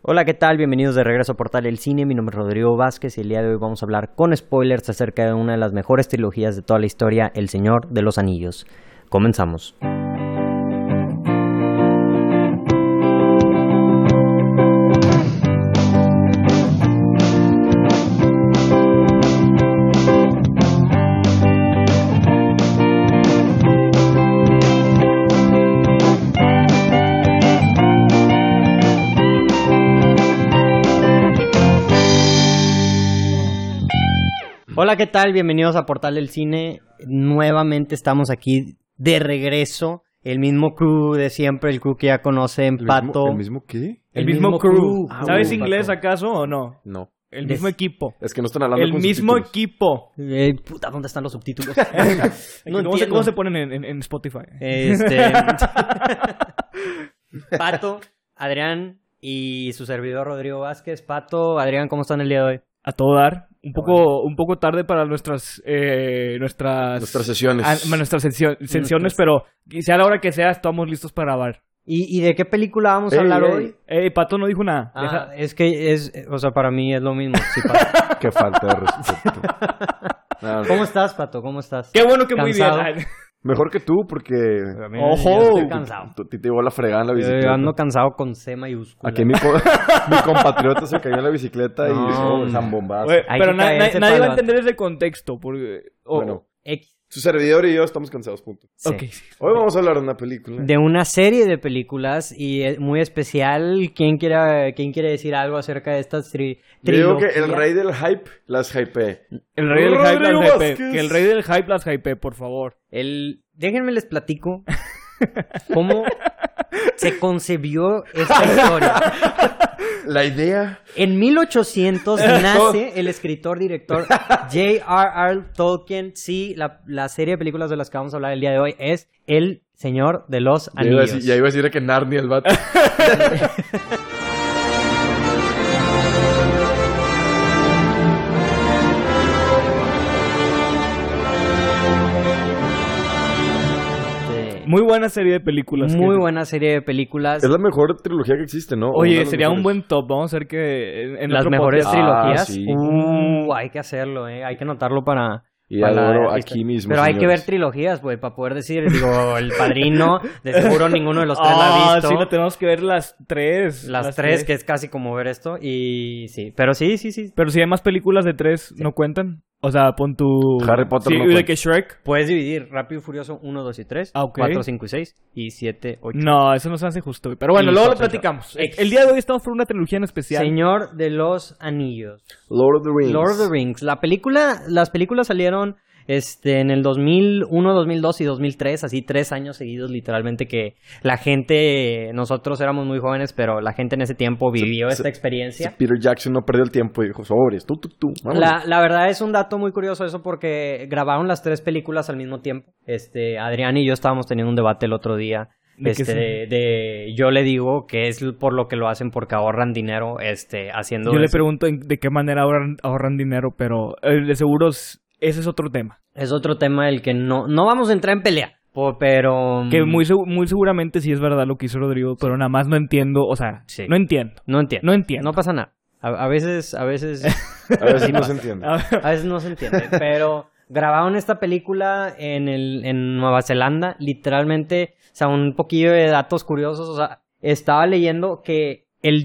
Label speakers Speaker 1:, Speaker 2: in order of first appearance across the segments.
Speaker 1: Hola, ¿qué tal? Bienvenidos de regreso a Portal del Cine. Mi nombre es Rodrigo Vázquez y el día de hoy vamos a hablar con spoilers acerca de una de las mejores trilogías de toda la historia, El Señor de los Anillos. Comenzamos. Hola, ¿qué tal? Bienvenidos a Portal del Cine. Nuevamente estamos aquí de regreso. El mismo crew de siempre, el crew que ya conocen,
Speaker 2: ¿El
Speaker 1: Pato.
Speaker 2: Mismo, ¿El mismo qué?
Speaker 3: El, mismo, crew.
Speaker 2: Ah,
Speaker 3: ¿Sabes
Speaker 2: huevo,
Speaker 3: inglés
Speaker 1: vato.
Speaker 3: acaso o no?
Speaker 2: No.
Speaker 3: El
Speaker 1: Des-
Speaker 3: mismo equipo.
Speaker 2: Es que no están hablando
Speaker 3: El
Speaker 2: con
Speaker 3: mismo
Speaker 2: subtítulos.
Speaker 3: equipo.
Speaker 1: Eh, puta, ¿dónde están los subtítulos? No
Speaker 3: ¿Cómo, se,
Speaker 1: entiendo.
Speaker 3: cómo se ponen en, en- en Spotify?
Speaker 1: Este. Pato, Adrián y su servidor Rodrigo Vázquez. Pato, Adrián, ¿cómo están el día de hoy?
Speaker 3: A todo dar. Un poco, un poco tarde para nuestras, eh, nuestras,
Speaker 2: Nuestras sesiones.
Speaker 3: ah, bueno, nuestras sensio- sensiones, pero sea la hora que sea, estamos listos para grabar.
Speaker 1: ¿Y, y de qué película vamos a
Speaker 2: Ey,
Speaker 1: hablar
Speaker 2: ey.
Speaker 1: hoy?
Speaker 3: Ey, Pato no dijo nada.
Speaker 1: Ah,
Speaker 3: Deja-
Speaker 1: es que es, o sea, para mí es lo mismo. sí, Pato.
Speaker 2: Qué falta de respeto. Nada,
Speaker 1: ¿Cómo estás, Pato? ¿Cómo estás?
Speaker 3: Qué bueno que muy bien.
Speaker 1: Cansado.
Speaker 3: Ay,
Speaker 2: Mejor que tú, porque.
Speaker 1: A mí- yo
Speaker 2: ¡Ojo!
Speaker 1: estoy cansado.
Speaker 2: Tú- tú- Te llevó la fregada en la
Speaker 1: Yo
Speaker 2: bicicleta.
Speaker 1: Eh, ando cansado con C mayúscula.
Speaker 2: Aquí mi, co- mi compatriota se cayó en la bicicleta y
Speaker 1: No,
Speaker 2: hizo
Speaker 1: hombre.
Speaker 2: zambombazo.
Speaker 3: güey,
Speaker 1: Hay
Speaker 3: pero
Speaker 1: que
Speaker 3: na- na-
Speaker 1: caerse
Speaker 3: nadie
Speaker 1: para
Speaker 3: va a
Speaker 1: levantar.
Speaker 3: entender ese contexto. Porque, oh,
Speaker 2: Bueno,
Speaker 1: X.
Speaker 2: su servidor y yo estamos cansados, punto.
Speaker 1: sí.
Speaker 3: ok.
Speaker 2: Hoy vamos a hablar de una película.
Speaker 1: De una serie de películas y es muy especial. ¿Quién quiere, quién quiere decir algo acerca de estas tri
Speaker 2: Yo digo que
Speaker 1: trilogías?
Speaker 2: el rey del hype las hypeé.
Speaker 3: El rey del hype
Speaker 2: Rodrigo
Speaker 3: las hype.
Speaker 2: Vázquez.
Speaker 3: Que el rey del hype las hype, por favor.
Speaker 1: El... Déjenme les platico cómo se concebió esta historia.
Speaker 2: La idea.
Speaker 1: En 1800 nace el escritor director J.R.R. Tolkien. Sí, la, la serie de películas de las que vamos a hablar el día de hoy es El Señor de los
Speaker 2: Ya iba a
Speaker 1: Anillos.
Speaker 2: decir- ya iba a decir que Narnia el vato.
Speaker 1: Este,
Speaker 3: Muy buena serie de películas.
Speaker 1: muy
Speaker 3: que-
Speaker 1: buena serie de películas.
Speaker 2: Es la mejor trilogía que existe, ¿no? Una de
Speaker 3: Oye,
Speaker 2: las
Speaker 3: sería un
Speaker 2: mejores.
Speaker 3: buen top. Vamos a ver que en, en
Speaker 1: Las
Speaker 3: otro
Speaker 1: mejores
Speaker 3: podcast-
Speaker 1: trilogías.
Speaker 2: Ah, sí.
Speaker 1: Uh, hay que hacerlo, eh. Hay que anotarlo para,
Speaker 2: Y
Speaker 1: Para la-
Speaker 2: adoro
Speaker 1: la
Speaker 2: aquí
Speaker 1: lista.
Speaker 2: mismo.
Speaker 1: Pero hay que ver
Speaker 2: señores.
Speaker 1: trilogías, güey, para poder decir, digo, el padrino, de seguro ninguno de los tres la
Speaker 3: Ah,
Speaker 1: ha visto.
Speaker 3: sí, la tenemos que ver las tres.
Speaker 1: las, tres, que es casi como ver esto, y sí, pero sí, sí, sí.
Speaker 3: Pero si hay más películas de tres, ¿no cuentan? O sea, pon tu...
Speaker 2: Harry Potter
Speaker 3: Sí,
Speaker 2: no
Speaker 3: y de
Speaker 2: cuenta.
Speaker 3: que Shrek.
Speaker 1: Puedes dividir Rápido y Furioso 1, 2 y 3,
Speaker 3: Ah, ok.
Speaker 1: 4, 5 y 6, y 7, 8.
Speaker 3: No, eso no se hace justo. güey. Pero bueno,
Speaker 1: Y
Speaker 3: luego lo
Speaker 1: Hobbs and
Speaker 3: platicamos.
Speaker 1: Shaw. Ex.
Speaker 3: El día de hoy estamos por una trilogía en especial.
Speaker 1: Señor de los Anillos.
Speaker 2: Lord of the Rings.
Speaker 1: Lord of the Rings. La película, las películas salieron este, en el 2001, 2002 y 2003, así tres años seguidos literalmente que la gente, nosotros éramos muy jóvenes, pero la gente en ese tiempo vivió
Speaker 2: se-
Speaker 1: esta experiencia.
Speaker 2: Sí, Peter Jackson no perdió el tiempo y dijo, sobres, tú, tú, tú. vámonos".
Speaker 1: La, la verdad es un dato muy curioso eso porque grabaron las tres películas al mismo tiempo. Este, Adrián y yo estábamos teniendo un debate el otro día.
Speaker 3: ¿De qué
Speaker 1: este,
Speaker 3: se-
Speaker 1: de, de- yo le digo que es por lo que lo hacen porque ahorran dinero, este, haciendo
Speaker 3: Yo le
Speaker 1: eso.
Speaker 3: pregunto en- de qué manera ahorran, ahorran dinero, pero eh, de seguro es- ese es otro tema.
Speaker 1: Es otro tema del que no, no vamos a entrar en pelea, po- pero mm,
Speaker 3: Que muy, segu- muy seguramente sí es verdad lo que hizo Rodrigo, pero nada más no entiendo, o sea,
Speaker 1: Sí.
Speaker 3: no entiendo.
Speaker 1: no entiendo.
Speaker 3: No entiendo.
Speaker 1: No pasa nada. A, a veces, a veces,
Speaker 2: A ver si no se entiende.
Speaker 1: a veces no se entiende. Pero grabaron esta película en el, en Nueva Zelanda, literalmente, o sea, un poquillo de datos curiosos. O sea, estaba leyendo que el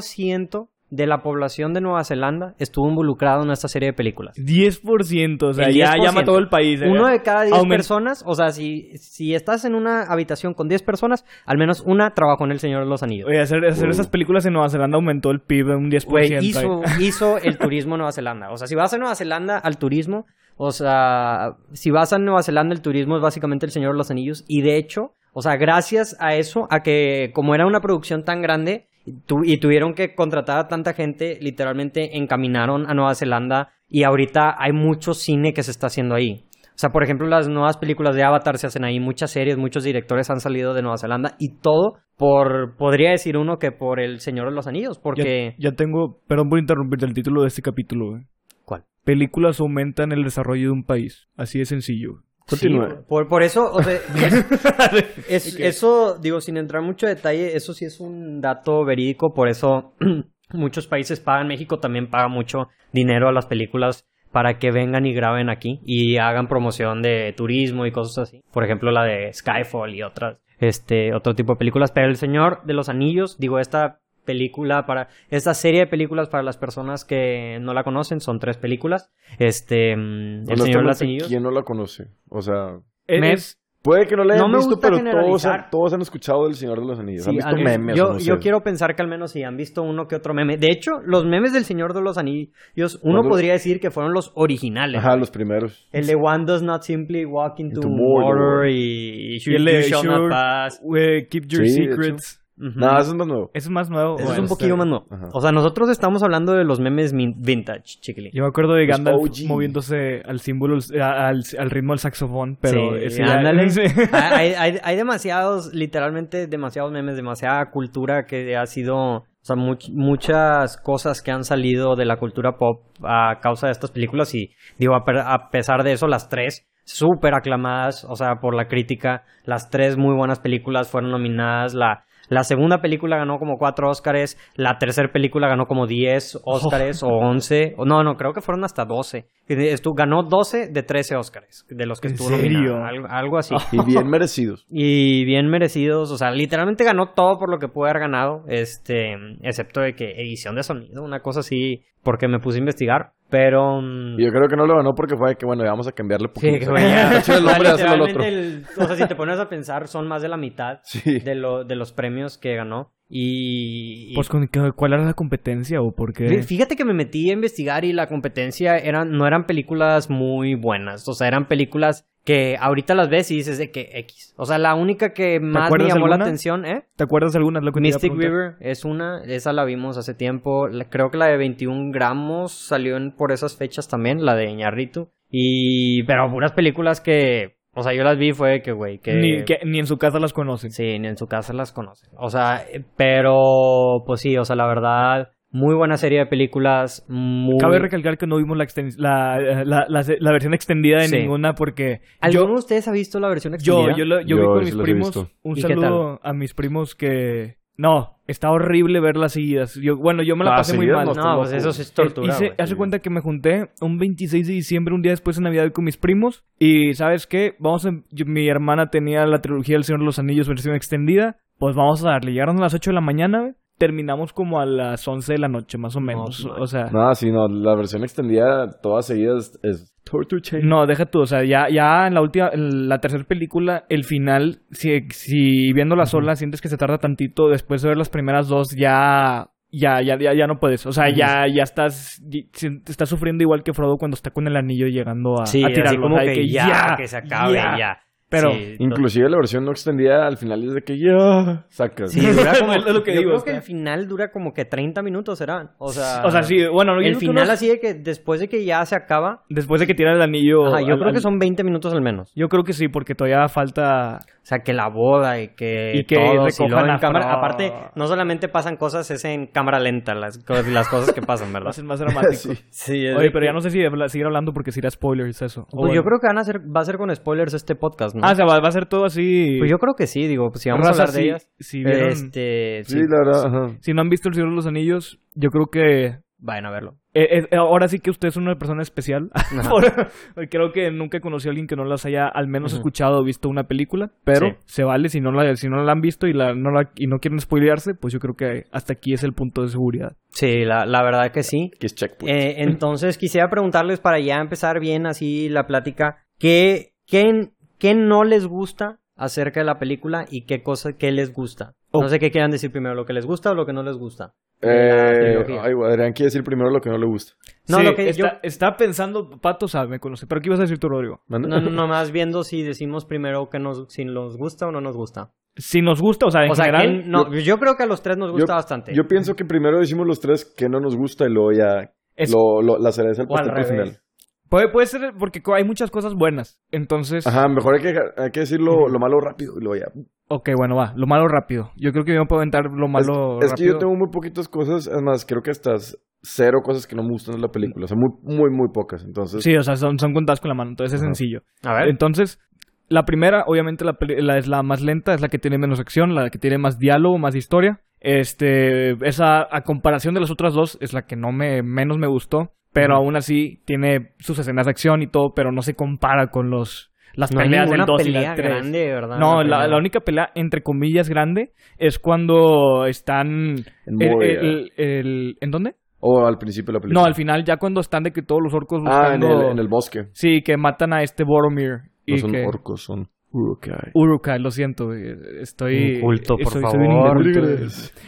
Speaker 1: 10% de la población de Nueva Zelanda estuvo involucrado en esta serie de películas.
Speaker 3: 10%, o sea,
Speaker 1: El
Speaker 3: ya
Speaker 1: 10%.
Speaker 3: llama a todo el país. eh.
Speaker 1: Uno de cada 10
Speaker 3: Aumen-
Speaker 1: personas, o sea, si, si estás en una habitación con 10 personas, al menos una trabajó en El Señor de los Anillos.
Speaker 3: Oye, hacer, hacer
Speaker 2: Uh.
Speaker 3: esas películas en Nueva Zelanda aumentó el PIB un 10%.
Speaker 1: Güey,
Speaker 3: ahí.
Speaker 1: hizo, hizo el turismo a Nueva Zelanda. O sea, si vas a Nueva Zelanda al turismo, o sea, si vas a Nueva Zelanda el turismo es básicamente el Señor de los Anillos. Y de hecho, o sea, gracias a eso, a que como era una producción tan grande tu- y tuvieron que contratar a tanta gente, literalmente encaminaron a Nueva Zelanda y ahorita hay mucho cine que se está haciendo ahí. O sea, por ejemplo, las nuevas películas de Avatar se hacen ahí, muchas series, muchos directores han salido de Nueva Zelanda y todo por, podría decir uno que por El Señor de los Anillos,
Speaker 3: Ya-
Speaker 1: porque...
Speaker 3: Ya, tengo, perdón por interrumpirte, el título de este capítulo, güey.
Speaker 1: ¿Cuál?
Speaker 3: Películas aumentan el desarrollo de un país. Así de sencillo.
Speaker 2: Continúe.
Speaker 1: Sí, por, por eso, o sea, es- es- eso, digo, sin entrar mucho detalle, eso sí es un dato verídico, por eso muchos países pagan, México también paga mucho dinero a las películas para que vengan y graben aquí y hagan promoción de turismo y cosas así. Por ejemplo, la de Skyfall y otras, este, otro tipo de películas. Pero El Señor de los Anillos, digo, esta película para, esta serie de películas para las personas que no la conocen, son tres películas. Este, mm, El Señor de los
Speaker 2: Honestamente,
Speaker 1: Anillos.
Speaker 2: ¿Quién no la conoce? O sea,
Speaker 1: Me-
Speaker 3: Es,
Speaker 2: puede que no la hayan
Speaker 1: No me
Speaker 2: visto,
Speaker 1: gusta
Speaker 2: pero todos,
Speaker 1: generalizar.
Speaker 2: han- todos han escuchado del Señor de los Anillos. han
Speaker 1: Sí,
Speaker 2: visto
Speaker 1: al-
Speaker 2: memes. o
Speaker 1: yo,
Speaker 2: no sé.
Speaker 1: yo quiero pensar que al menos si han visto uno que otro meme. De hecho, los memes del Señor de los Anillos, uno
Speaker 2: ¿Cuándo?
Speaker 1: podría decir que fueron los originales.
Speaker 2: Ajá, los primeros.
Speaker 1: El de One does not simply walk into,
Speaker 2: Into
Speaker 1: water,
Speaker 2: water.
Speaker 1: y, y
Speaker 3: Y el de
Speaker 1: you shall not
Speaker 3: sure.
Speaker 1: pass.
Speaker 3: we keep your
Speaker 2: Sí, de hecho.
Speaker 3: secrets.
Speaker 1: Ujú.
Speaker 2: Nada, eso es más nuevo.
Speaker 3: Eso es más nuevo.
Speaker 1: Eso es
Speaker 3: Bueno,
Speaker 1: un poquillo
Speaker 2: está
Speaker 1: más
Speaker 2: bien.
Speaker 1: nuevo.
Speaker 2: Ajá.
Speaker 1: O sea, nosotros estamos hablando de los memes min- vintage, chiquilín.
Speaker 3: Yo me acuerdo de
Speaker 2: Los
Speaker 3: Gandalf
Speaker 2: OG.
Speaker 3: moviéndose al símbolo, a- al, al ritmo del saxofón, pero
Speaker 1: Sí,
Speaker 3: ese ya-
Speaker 1: ándale.
Speaker 3: sí.
Speaker 1: Ah, hay, hay- hay demasiados, literalmente demasiados memes, demasiada cultura que ha sido, o sea, much- muchas cosas que han salido de la cultura pop a causa de estas películas y digo, a, per- a pesar de eso, las tres súper aclamadas, o sea, por la crítica, las tres muy buenas películas fueron nominadas, la... La segunda película ganó como cuatro Óscares, la tercera película ganó como 10 Óscares
Speaker 3: Oh.
Speaker 1: o 11, o no, no, creo que fueron hasta 12. Estu- ganó 12 de 13 Óscares, de los que
Speaker 3: ¿En
Speaker 1: estuvo
Speaker 3: serio?
Speaker 1: nominada, algo, algo así.
Speaker 2: Y bien merecidos.
Speaker 1: Y bien merecidos, o sea, literalmente ganó todo por lo que pudo haber ganado, este, excepto de que edición de sonido, una cosa así, porque me puse a investigar, pero... mm,
Speaker 2: Y yo creo que no lo ganó porque fue de que, bueno, ya vamos a cambiarle poquito.
Speaker 1: Sí, que bueno, ya-
Speaker 2: Échale el
Speaker 1: o sea,
Speaker 2: nombre y hazlo al otro.
Speaker 1: literalmente el- o sea, si te pones a pensar, son más de la mitad
Speaker 2: Sí.
Speaker 1: de, lo, de los premios que ganó. Y, y-
Speaker 3: Pues, ¿con qué- ¿cuál era la competencia o por qué?
Speaker 1: Fí- Fíjate que me metí a investigar y la competencia eran, no eran películas muy buenas. O sea, eran películas que ahorita las ves y dices de que X. O sea, la única que más me
Speaker 3: acuerdas
Speaker 1: llamó la
Speaker 3: alguna?
Speaker 1: atención, ¿eh?
Speaker 3: ¿Te acuerdas de alguna? Es lo que te iba a
Speaker 1: Mystic
Speaker 3: preguntar.
Speaker 1: River es una, esa la vimos hace tiempo. La- creo que la de 21 gramos salió en- por esas fechas también, la de Ñarritu. Y, pero puras películas que, o sea, yo las vi fue que, güey, que...
Speaker 3: Ni, que- ni en su casa las conocen.
Speaker 1: Sí, ni en su casa las conocen. O sea, eh, pero, pues sí, o sea, la verdad, muy buena serie de películas, muy...
Speaker 3: Cabe recalcar que no vimos la, exten- la, la, la- la versión extendida de
Speaker 1: Sí.
Speaker 3: ninguna porque
Speaker 1: ¿Alguno
Speaker 3: yo,
Speaker 1: de ustedes ha visto la versión extendida?
Speaker 3: yo, yo, lo- yo
Speaker 2: Yo
Speaker 3: vi con
Speaker 2: sí
Speaker 3: mis
Speaker 2: las he
Speaker 3: primos.
Speaker 2: visto.
Speaker 3: Un
Speaker 1: ¿Y qué
Speaker 3: saludo a mis primos que... No, está horrible verlas seguidas. Yo, bueno, yo me la
Speaker 2: Ah,
Speaker 3: pasé muy
Speaker 2: seguidas no,
Speaker 3: mal.
Speaker 1: No,
Speaker 2: estoy
Speaker 1: pues
Speaker 2: loco.
Speaker 1: eso sí es tortura,
Speaker 3: Hice-
Speaker 1: güey.
Speaker 3: hace cuenta que me junté un 26 de diciembre, un día después de Navidad con mis primos. Y ¿sabes qué? Vamos a- yo- mi hermana tenía la trilogía del Señor de los Anillos versión extendida. Pues vamos a darle. Llegaron a las 8 de la mañana, güey. terminamos como a las 11 de la noche, más o menos.
Speaker 1: no. pues,
Speaker 3: o sea, no,
Speaker 2: No, sí, no. La versión extendida, todas seguidas, es Torture Chain.
Speaker 3: deja tú. O sea, ya, ya en la última, en la tercera película, el final, si, si viéndola sola sientes que se tarda tantito, después de ver las primeras dos, ya. Ya, ya, ya, ya no puedes. O sea,
Speaker 1: Ujú.
Speaker 3: ya, ya estás, y- si- estás sufriendo igual que Frodo cuando está con el anillo llegando a,
Speaker 1: Sí,
Speaker 3: a
Speaker 1: así
Speaker 3: tirarlo.
Speaker 1: como
Speaker 3: o sea,
Speaker 1: que,
Speaker 3: de
Speaker 1: ya, que se acabe, ya.
Speaker 3: Pero-
Speaker 1: Sí,
Speaker 2: Inclusive la versión no extendida al final es de que ya sacas.
Speaker 1: Sí, dura como...
Speaker 3: Es lo que
Speaker 1: yo
Speaker 3: digo,
Speaker 1: creo
Speaker 3: o
Speaker 1: que
Speaker 3: sea.
Speaker 1: el final dura como que 30 minutos, serán. O sea...
Speaker 3: O sea, sí, bueno, yo
Speaker 1: El
Speaker 3: creo que
Speaker 1: final
Speaker 3: unos-
Speaker 1: así de que después de que ya se acaba...
Speaker 3: después de que tira el anillo.
Speaker 1: Ajá, yo
Speaker 3: al-
Speaker 1: creo que
Speaker 3: al-
Speaker 1: son 20 minutos al menos.
Speaker 3: Yo creo que sí, porque todavía falta.
Speaker 1: O sea, que la boda y que,
Speaker 3: Y que
Speaker 1: todos, y
Speaker 3: recojan
Speaker 1: luego en
Speaker 3: a
Speaker 1: cámara.
Speaker 3: Frodo.
Speaker 1: Aparte, no solamente pasan cosas, es en cámara lenta las, co- las cosas que pasan,
Speaker 3: Lo
Speaker 1: ¿verdad?
Speaker 3: hacen más dramático.
Speaker 1: Sí,
Speaker 3: Oye, pero ya no sé si habla- seguir hablando porque si era spoilers eso. O
Speaker 1: Pues
Speaker 3: bueno.
Speaker 1: yo creo que van a ser, va a ser con spoilers este podcast, ¿no?
Speaker 3: Ah, o sea, va, va a ser todo así.
Speaker 1: Pues yo creo que sí, digo, pues si vamos a
Speaker 3: Raza,
Speaker 1: hablar de
Speaker 3: si-
Speaker 1: ellas.
Speaker 3: Si, vieron-
Speaker 1: Este, sí,
Speaker 2: Sí, la verdad. ajá.
Speaker 3: si no han visto El Señor de los Anillos, yo creo que.
Speaker 1: vayan a verlo.
Speaker 3: eh, eh, ahora sí que usted es una persona especial.
Speaker 1: Ajá.
Speaker 3: Por- eh, creo que nunca conocí a alguien que no las haya al menos
Speaker 1: Ujú.
Speaker 3: escuchado o visto una película, pero
Speaker 1: Sí.
Speaker 3: se vale si no la si no la han visto y la no la y no quieren spoilearse, pues yo creo que hasta aquí es el punto de seguridad.
Speaker 1: Sí, la, la verdad que sí.
Speaker 2: Que es
Speaker 3: Pues.
Speaker 2: checkpoint.
Speaker 1: Eh, entonces quisiera preguntarles para ya empezar bien así la plática, ¿qué, qué, qué no les gusta acerca de la película y qué cosa qué les gusta? No
Speaker 3: Oh.
Speaker 1: sé qué quieran decir primero, lo que les gusta o lo que no les gusta. la
Speaker 2: Eh,
Speaker 1: trilogía.
Speaker 2: ay, güey, Adrián quiere decir primero lo que no le gusta.
Speaker 1: No,
Speaker 3: Sí,
Speaker 1: lo que
Speaker 3: está,
Speaker 1: yo-
Speaker 3: está pensando Pato sabe, me conoce, pero qué ibas a decir tú, Rodrigo?
Speaker 2: ¿Mande?
Speaker 1: No, no, no, más viendo si decimos primero que nos, si nos gusta o no nos gusta.
Speaker 3: Si nos gusta, o sea, en
Speaker 1: o sea,
Speaker 3: general,
Speaker 1: que no, yo, creo que a los tres nos gusta
Speaker 2: yo-
Speaker 1: bastante.
Speaker 2: Yo pienso que primero decimos los tres que no nos gusta y luego ya
Speaker 3: es-
Speaker 2: lo, lo- la cereza del
Speaker 1: O al
Speaker 2: pastel al
Speaker 1: revés.
Speaker 2: final.
Speaker 3: puede, puede ser porque co- hay muchas cosas buenas. Entonces,
Speaker 2: Ajá, mejor hay que, dejar- hay que decir lo, lo malo rápido y luego ya.
Speaker 3: ok, bueno, va, lo malo rápido. Yo creo que yo me puedo entrar lo malo
Speaker 2: es, es que yo
Speaker 3: rápido.
Speaker 2: tengo muy poquitas cosas, es más, creo que estas cero cosas que no me gustan de la película. O sea, muy, muy, muy pocas. Entonces,
Speaker 3: Sí, o sea, son, son contadas con la mano, entonces es
Speaker 2: Ajá.
Speaker 3: sencillo.
Speaker 1: A ver.
Speaker 3: Entonces, la primera, obviamente, la, peli- la- es la más lenta, es la que tiene menos acción, la que tiene más diálogo, más historia. Este, esa, a comparación de las otras dos, es la que no me, menos me gustó. Pero
Speaker 1: Ujú.
Speaker 3: aún así, tiene sus escenas de acción y todo, pero no se compara con los, las
Speaker 1: No hay
Speaker 3: peleas del
Speaker 1: ninguna
Speaker 3: 2 y
Speaker 1: pelea
Speaker 3: la 3.
Speaker 1: grande, ¿verdad?
Speaker 3: No,
Speaker 1: En
Speaker 3: la,
Speaker 1: primera.
Speaker 3: la única pelea, entre comillas, grande, es cuando están...
Speaker 2: en
Speaker 3: el-
Speaker 2: Moria.
Speaker 3: el- el- ¿En dónde?
Speaker 2: o al principio de la película.
Speaker 3: No, al final, ya cuando están de que todos los orcos
Speaker 2: Ah, en
Speaker 3: buscando...
Speaker 2: el, en el bosque.
Speaker 3: Sí, que matan a este Boromir. Y
Speaker 2: No son
Speaker 3: que...
Speaker 2: orcos, son urukai.
Speaker 3: Urukai, lo siento, güey. estoy...
Speaker 1: Inculto, por
Speaker 3: estoy-
Speaker 1: favor.
Speaker 3: soy un inculto.
Speaker 2: Urugues.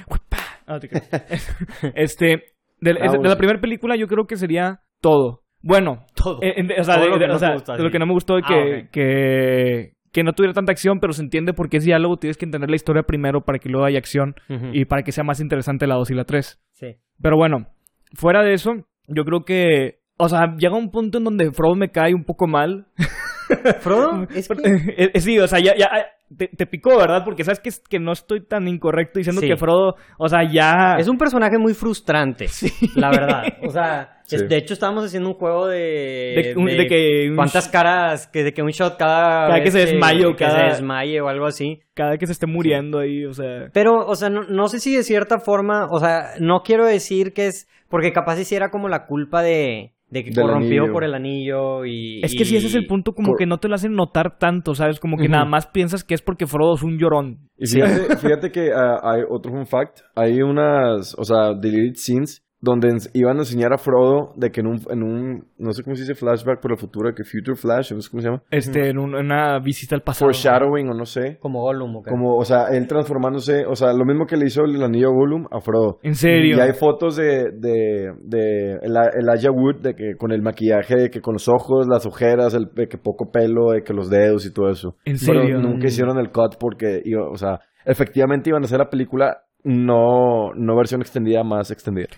Speaker 3: No, te creas. este, del-
Speaker 2: Ah,
Speaker 3: es- de
Speaker 2: bueno.
Speaker 3: la primera película yo creo que sería todo. Bueno,
Speaker 1: Todo.
Speaker 3: eh, en- o sea,
Speaker 1: Todo
Speaker 3: de-
Speaker 1: lo que
Speaker 3: de-
Speaker 1: no
Speaker 3: o sea,
Speaker 1: te gusta,
Speaker 3: de
Speaker 1: sí.
Speaker 3: lo que no me gustó de
Speaker 1: Ah,
Speaker 3: que,
Speaker 1: ok.
Speaker 3: que, que no tuviera tanta acción, pero se entiende por qué es diálogo, tienes que entender la historia primero para que luego haya acción
Speaker 1: Ujú.
Speaker 3: y para que sea más interesante la 2 y la 3.
Speaker 1: Sí.
Speaker 3: Pero bueno, fuera de eso, yo creo que. O sea, llega un punto en donde Frodo me cae un poco mal.
Speaker 1: Frodo, es que-
Speaker 3: Eh, eh, sí, o sea, ya. ya, eh, te, te picó, ¿verdad? Porque sabes que, es- que no estoy tan incorrecto diciendo
Speaker 1: Sí.
Speaker 3: que Frodo. O sea, ya.
Speaker 1: Es un personaje muy frustrante, la verdad. O sea, es-
Speaker 2: Sí.
Speaker 1: de hecho estábamos haciendo un juego de...
Speaker 3: de, un- de que. un-
Speaker 1: ¿Cuántas caras? Que, de que un shot cada...
Speaker 3: Cada que
Speaker 1: vez
Speaker 3: se desmaye o
Speaker 1: que
Speaker 3: cada-
Speaker 1: se desmaye o algo así.
Speaker 3: Cada que se esté muriendo ahí, o sea.
Speaker 1: Pero, o sea, no, no sé si de cierta forma... O sea, no quiero decir que es... Porque capaz hiciera como la culpa de... De que
Speaker 2: Del
Speaker 1: corrompió
Speaker 2: anillo.
Speaker 1: por el anillo y...
Speaker 3: Es que si
Speaker 1: y-
Speaker 3: ese es el punto, como
Speaker 2: Cor-
Speaker 3: que no te lo hacen notar tanto, ¿sabes? Como que
Speaker 1: Ujú.
Speaker 3: nada más piensas que es porque Frodo es un llorón.
Speaker 2: Y fíjate, fíjate que ah, hay otro fun fact. Hay unas, o sea, deleted scenes donde ens- iban a enseñar a Frodo de que en un, en un no sé cómo se dice flashback, pero el futuro, que future flash, no sé cómo se llama.
Speaker 3: Este, en un- en una visita al pasado.
Speaker 2: Foreshadowing o no sé.
Speaker 1: Como Gollum, ¿o qué?
Speaker 2: Como, o sea, él transformándose, o sea, lo mismo que le hizo el anillo Gollum a Frodo.
Speaker 3: En serio.
Speaker 2: Y hay fotos de, de, de Eli- Elijah Wood de que con el maquillaje, de que con los ojos, las ojeras, el de que poco pelo, de que los dedos y todo eso.
Speaker 3: En
Speaker 2: Pero
Speaker 3: serio. Mm.
Speaker 2: nunca hicieron el cut porque, iba- o sea, efectivamente iban a hacer la película no, no versión extendida, más extendida.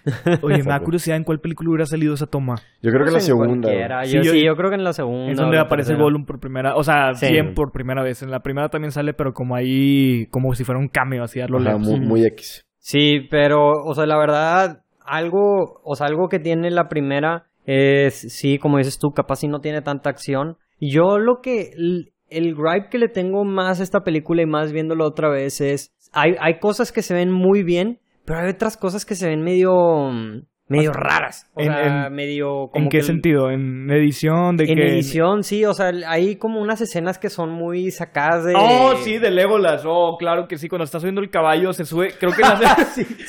Speaker 3: Oye, me da curiosidad en cuál película hubiera salido esa toma.
Speaker 2: Yo creo que la
Speaker 1: Pues en
Speaker 2: segunda. güey.
Speaker 1: cualquiera.
Speaker 3: güey.
Speaker 1: Yo,
Speaker 3: Sí,
Speaker 1: sí,
Speaker 3: yo-
Speaker 1: yo, creo que en la segunda.
Speaker 3: Es
Speaker 1: o
Speaker 3: donde
Speaker 1: la
Speaker 3: aparece
Speaker 1: tercera.
Speaker 3: Gollum por primera, o sea,
Speaker 1: Sí.
Speaker 3: bien por primera vez. En la primera también sale, pero como ahí, como si fuera un cameo, así a lo
Speaker 2: Ajá,
Speaker 3: lejos.
Speaker 2: muy, muy X.
Speaker 1: Sí, pero, o sea, la verdad, algo, o sea, algo que tiene la primera es, sí, como dices tú, capaz si no tiene tanta acción. Yo lo que, el, el gripe que le tengo más a esta película y más viéndolo otra vez es, hay, hay cosas que se ven muy bien, pero hay otras cosas que se ven medio, mm, medio raras. O
Speaker 3: En-
Speaker 1: sea,
Speaker 3: en-
Speaker 1: medio... como
Speaker 3: ¿En qué
Speaker 1: que-
Speaker 3: sentido? ¿En edición? ¿De
Speaker 1: En
Speaker 3: que...
Speaker 1: edición, sí, o sea, hay como unas escenas que son muy sacadas de...
Speaker 3: Oh, sí, de Legolas. Oh, claro que sí. Cuando está subiendo el caballo, se sube. Creo que, en la-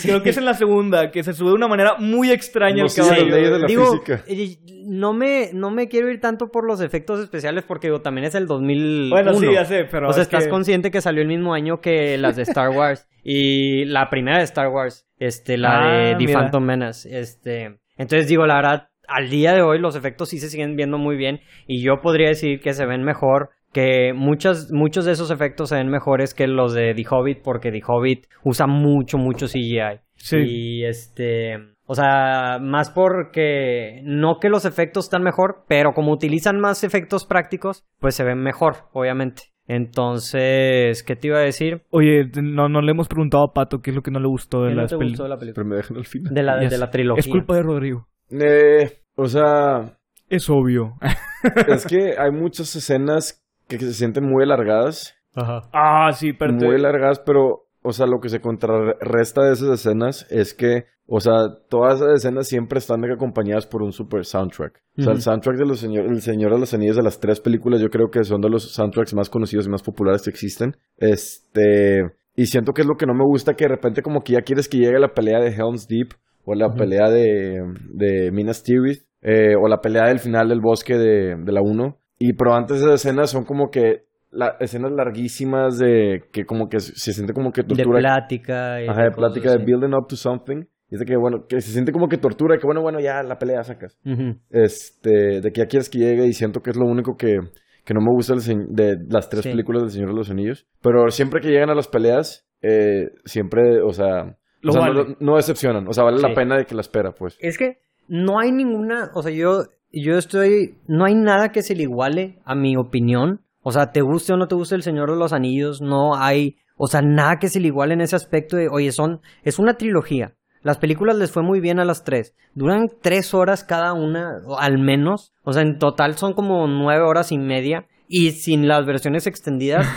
Speaker 3: creo que es en la segunda, que se sube de una manera muy extraña
Speaker 2: No
Speaker 3: el
Speaker 2: sé, las
Speaker 3: caballo.
Speaker 2: leyes de la
Speaker 1: Digo,
Speaker 2: física.
Speaker 1: eh, no me, no me quiero ir tanto por los efectos especiales porque digo, también es el 2001.
Speaker 3: Bueno, sí, ya sé, pero.
Speaker 1: o sea,
Speaker 3: es
Speaker 1: estás
Speaker 3: que-
Speaker 1: consciente que salió el mismo año que las de Star Wars y la primera de Star Wars, este, la de
Speaker 3: Ah,
Speaker 1: The
Speaker 3: mira.
Speaker 1: Phantom Menace, este, entonces digo, la verdad, al día de hoy los efectos sí se siguen viendo muy bien y yo podría decir que se ven mejor, que muchas, muchos de esos efectos se ven mejores que los de The Hobbit porque The Hobbit usa mucho, mucho CGI.
Speaker 3: Sí.
Speaker 1: Y este. O sea, más porque. No que los efectos están mejor, pero como utilizan más efectos prácticos, pues se ven mejor, obviamente. Entonces, ¿qué te iba a decir?
Speaker 3: Oye, no, no le hemos preguntado a Pato qué es lo que no le gustó de
Speaker 1: ¿Qué no
Speaker 3: Pues las
Speaker 1: te
Speaker 3: peli-
Speaker 1: gustó de la película?
Speaker 2: Pero me dejan al final.
Speaker 1: De la,
Speaker 3: Ya
Speaker 1: de la
Speaker 3: sé.
Speaker 1: trilogía.
Speaker 3: Es culpa de Rodrigo.
Speaker 2: Eh, o sea,
Speaker 3: Es obvio.
Speaker 2: es que hay muchas escenas que se sienten muy alargadas.
Speaker 3: ah, sí, pero. te-
Speaker 2: muy largas, pero, o sea, lo que se contrarresta de esas escenas es que, o sea, todas esas escenas siempre están acompañadas por un super soundtrack. O sea, el
Speaker 1: Ujú.
Speaker 2: soundtrack de los señor, el Señor de los Anillos de las tres películas, yo creo que son de los soundtracks más conocidos y más populares que existen. Este, y siento que es lo que no me gusta, que de repente como que ya quieres que llegue la pelea de Helm's Deep o la
Speaker 1: Ujú.
Speaker 2: pelea de, de Minas Tirith eh, o la pelea del final del bosque de, de la 1. Y pero antes de esas escenas son como que la, escenas larguísimas de que como que se se siente como que
Speaker 1: De
Speaker 2: tortura.
Speaker 1: plática. y
Speaker 2: Ajá, de
Speaker 1: cosas
Speaker 2: plática de
Speaker 1: así.
Speaker 2: building up to something. Y es de que bueno, que se siente como que tortura, que bueno, bueno, ya la pelea sacas.
Speaker 1: Ujú.
Speaker 2: Este, de que ya quieres que llegue y siento que es lo único que, que no me gusta del señ- de las tres
Speaker 1: Sí.
Speaker 2: películas del Señor de los Anillos. Pero siempre que llegan a las peleas, eh, siempre, o sea,
Speaker 3: Lo
Speaker 2: o sea,
Speaker 3: vale.
Speaker 2: no, no decepcionan. O sea, vale
Speaker 1: Sí.
Speaker 2: la pena de que la espera, pues.
Speaker 1: Es que no hay ninguna, o sea, yo, yo estoy, no hay nada que se le iguale a mi opinión. O sea, te guste o no te guste el Señor de los Anillos, no hay, o sea, nada que se le iguale en ese aspecto de, oye, son, es una trilogía. Las películas les fue muy bien a las tres. Duran tres horas cada una, o al menos. O sea, en total son como nueve horas y media. Y sin las versiones extendidas.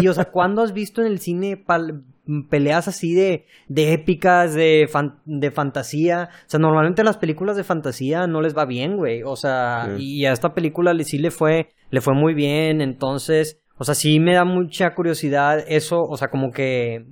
Speaker 1: Y, o sea, ¿cuándo has visto en el cine pal- peleas así de, de épicas, de, fan- de fantasía? O sea, normalmente las películas de fantasía no les va bien, güey. O sea,
Speaker 2: Sí.
Speaker 1: y a esta película le- sí le fue, le fue muy bien. Entonces, o sea, sí me da mucha curiosidad eso. O sea, como que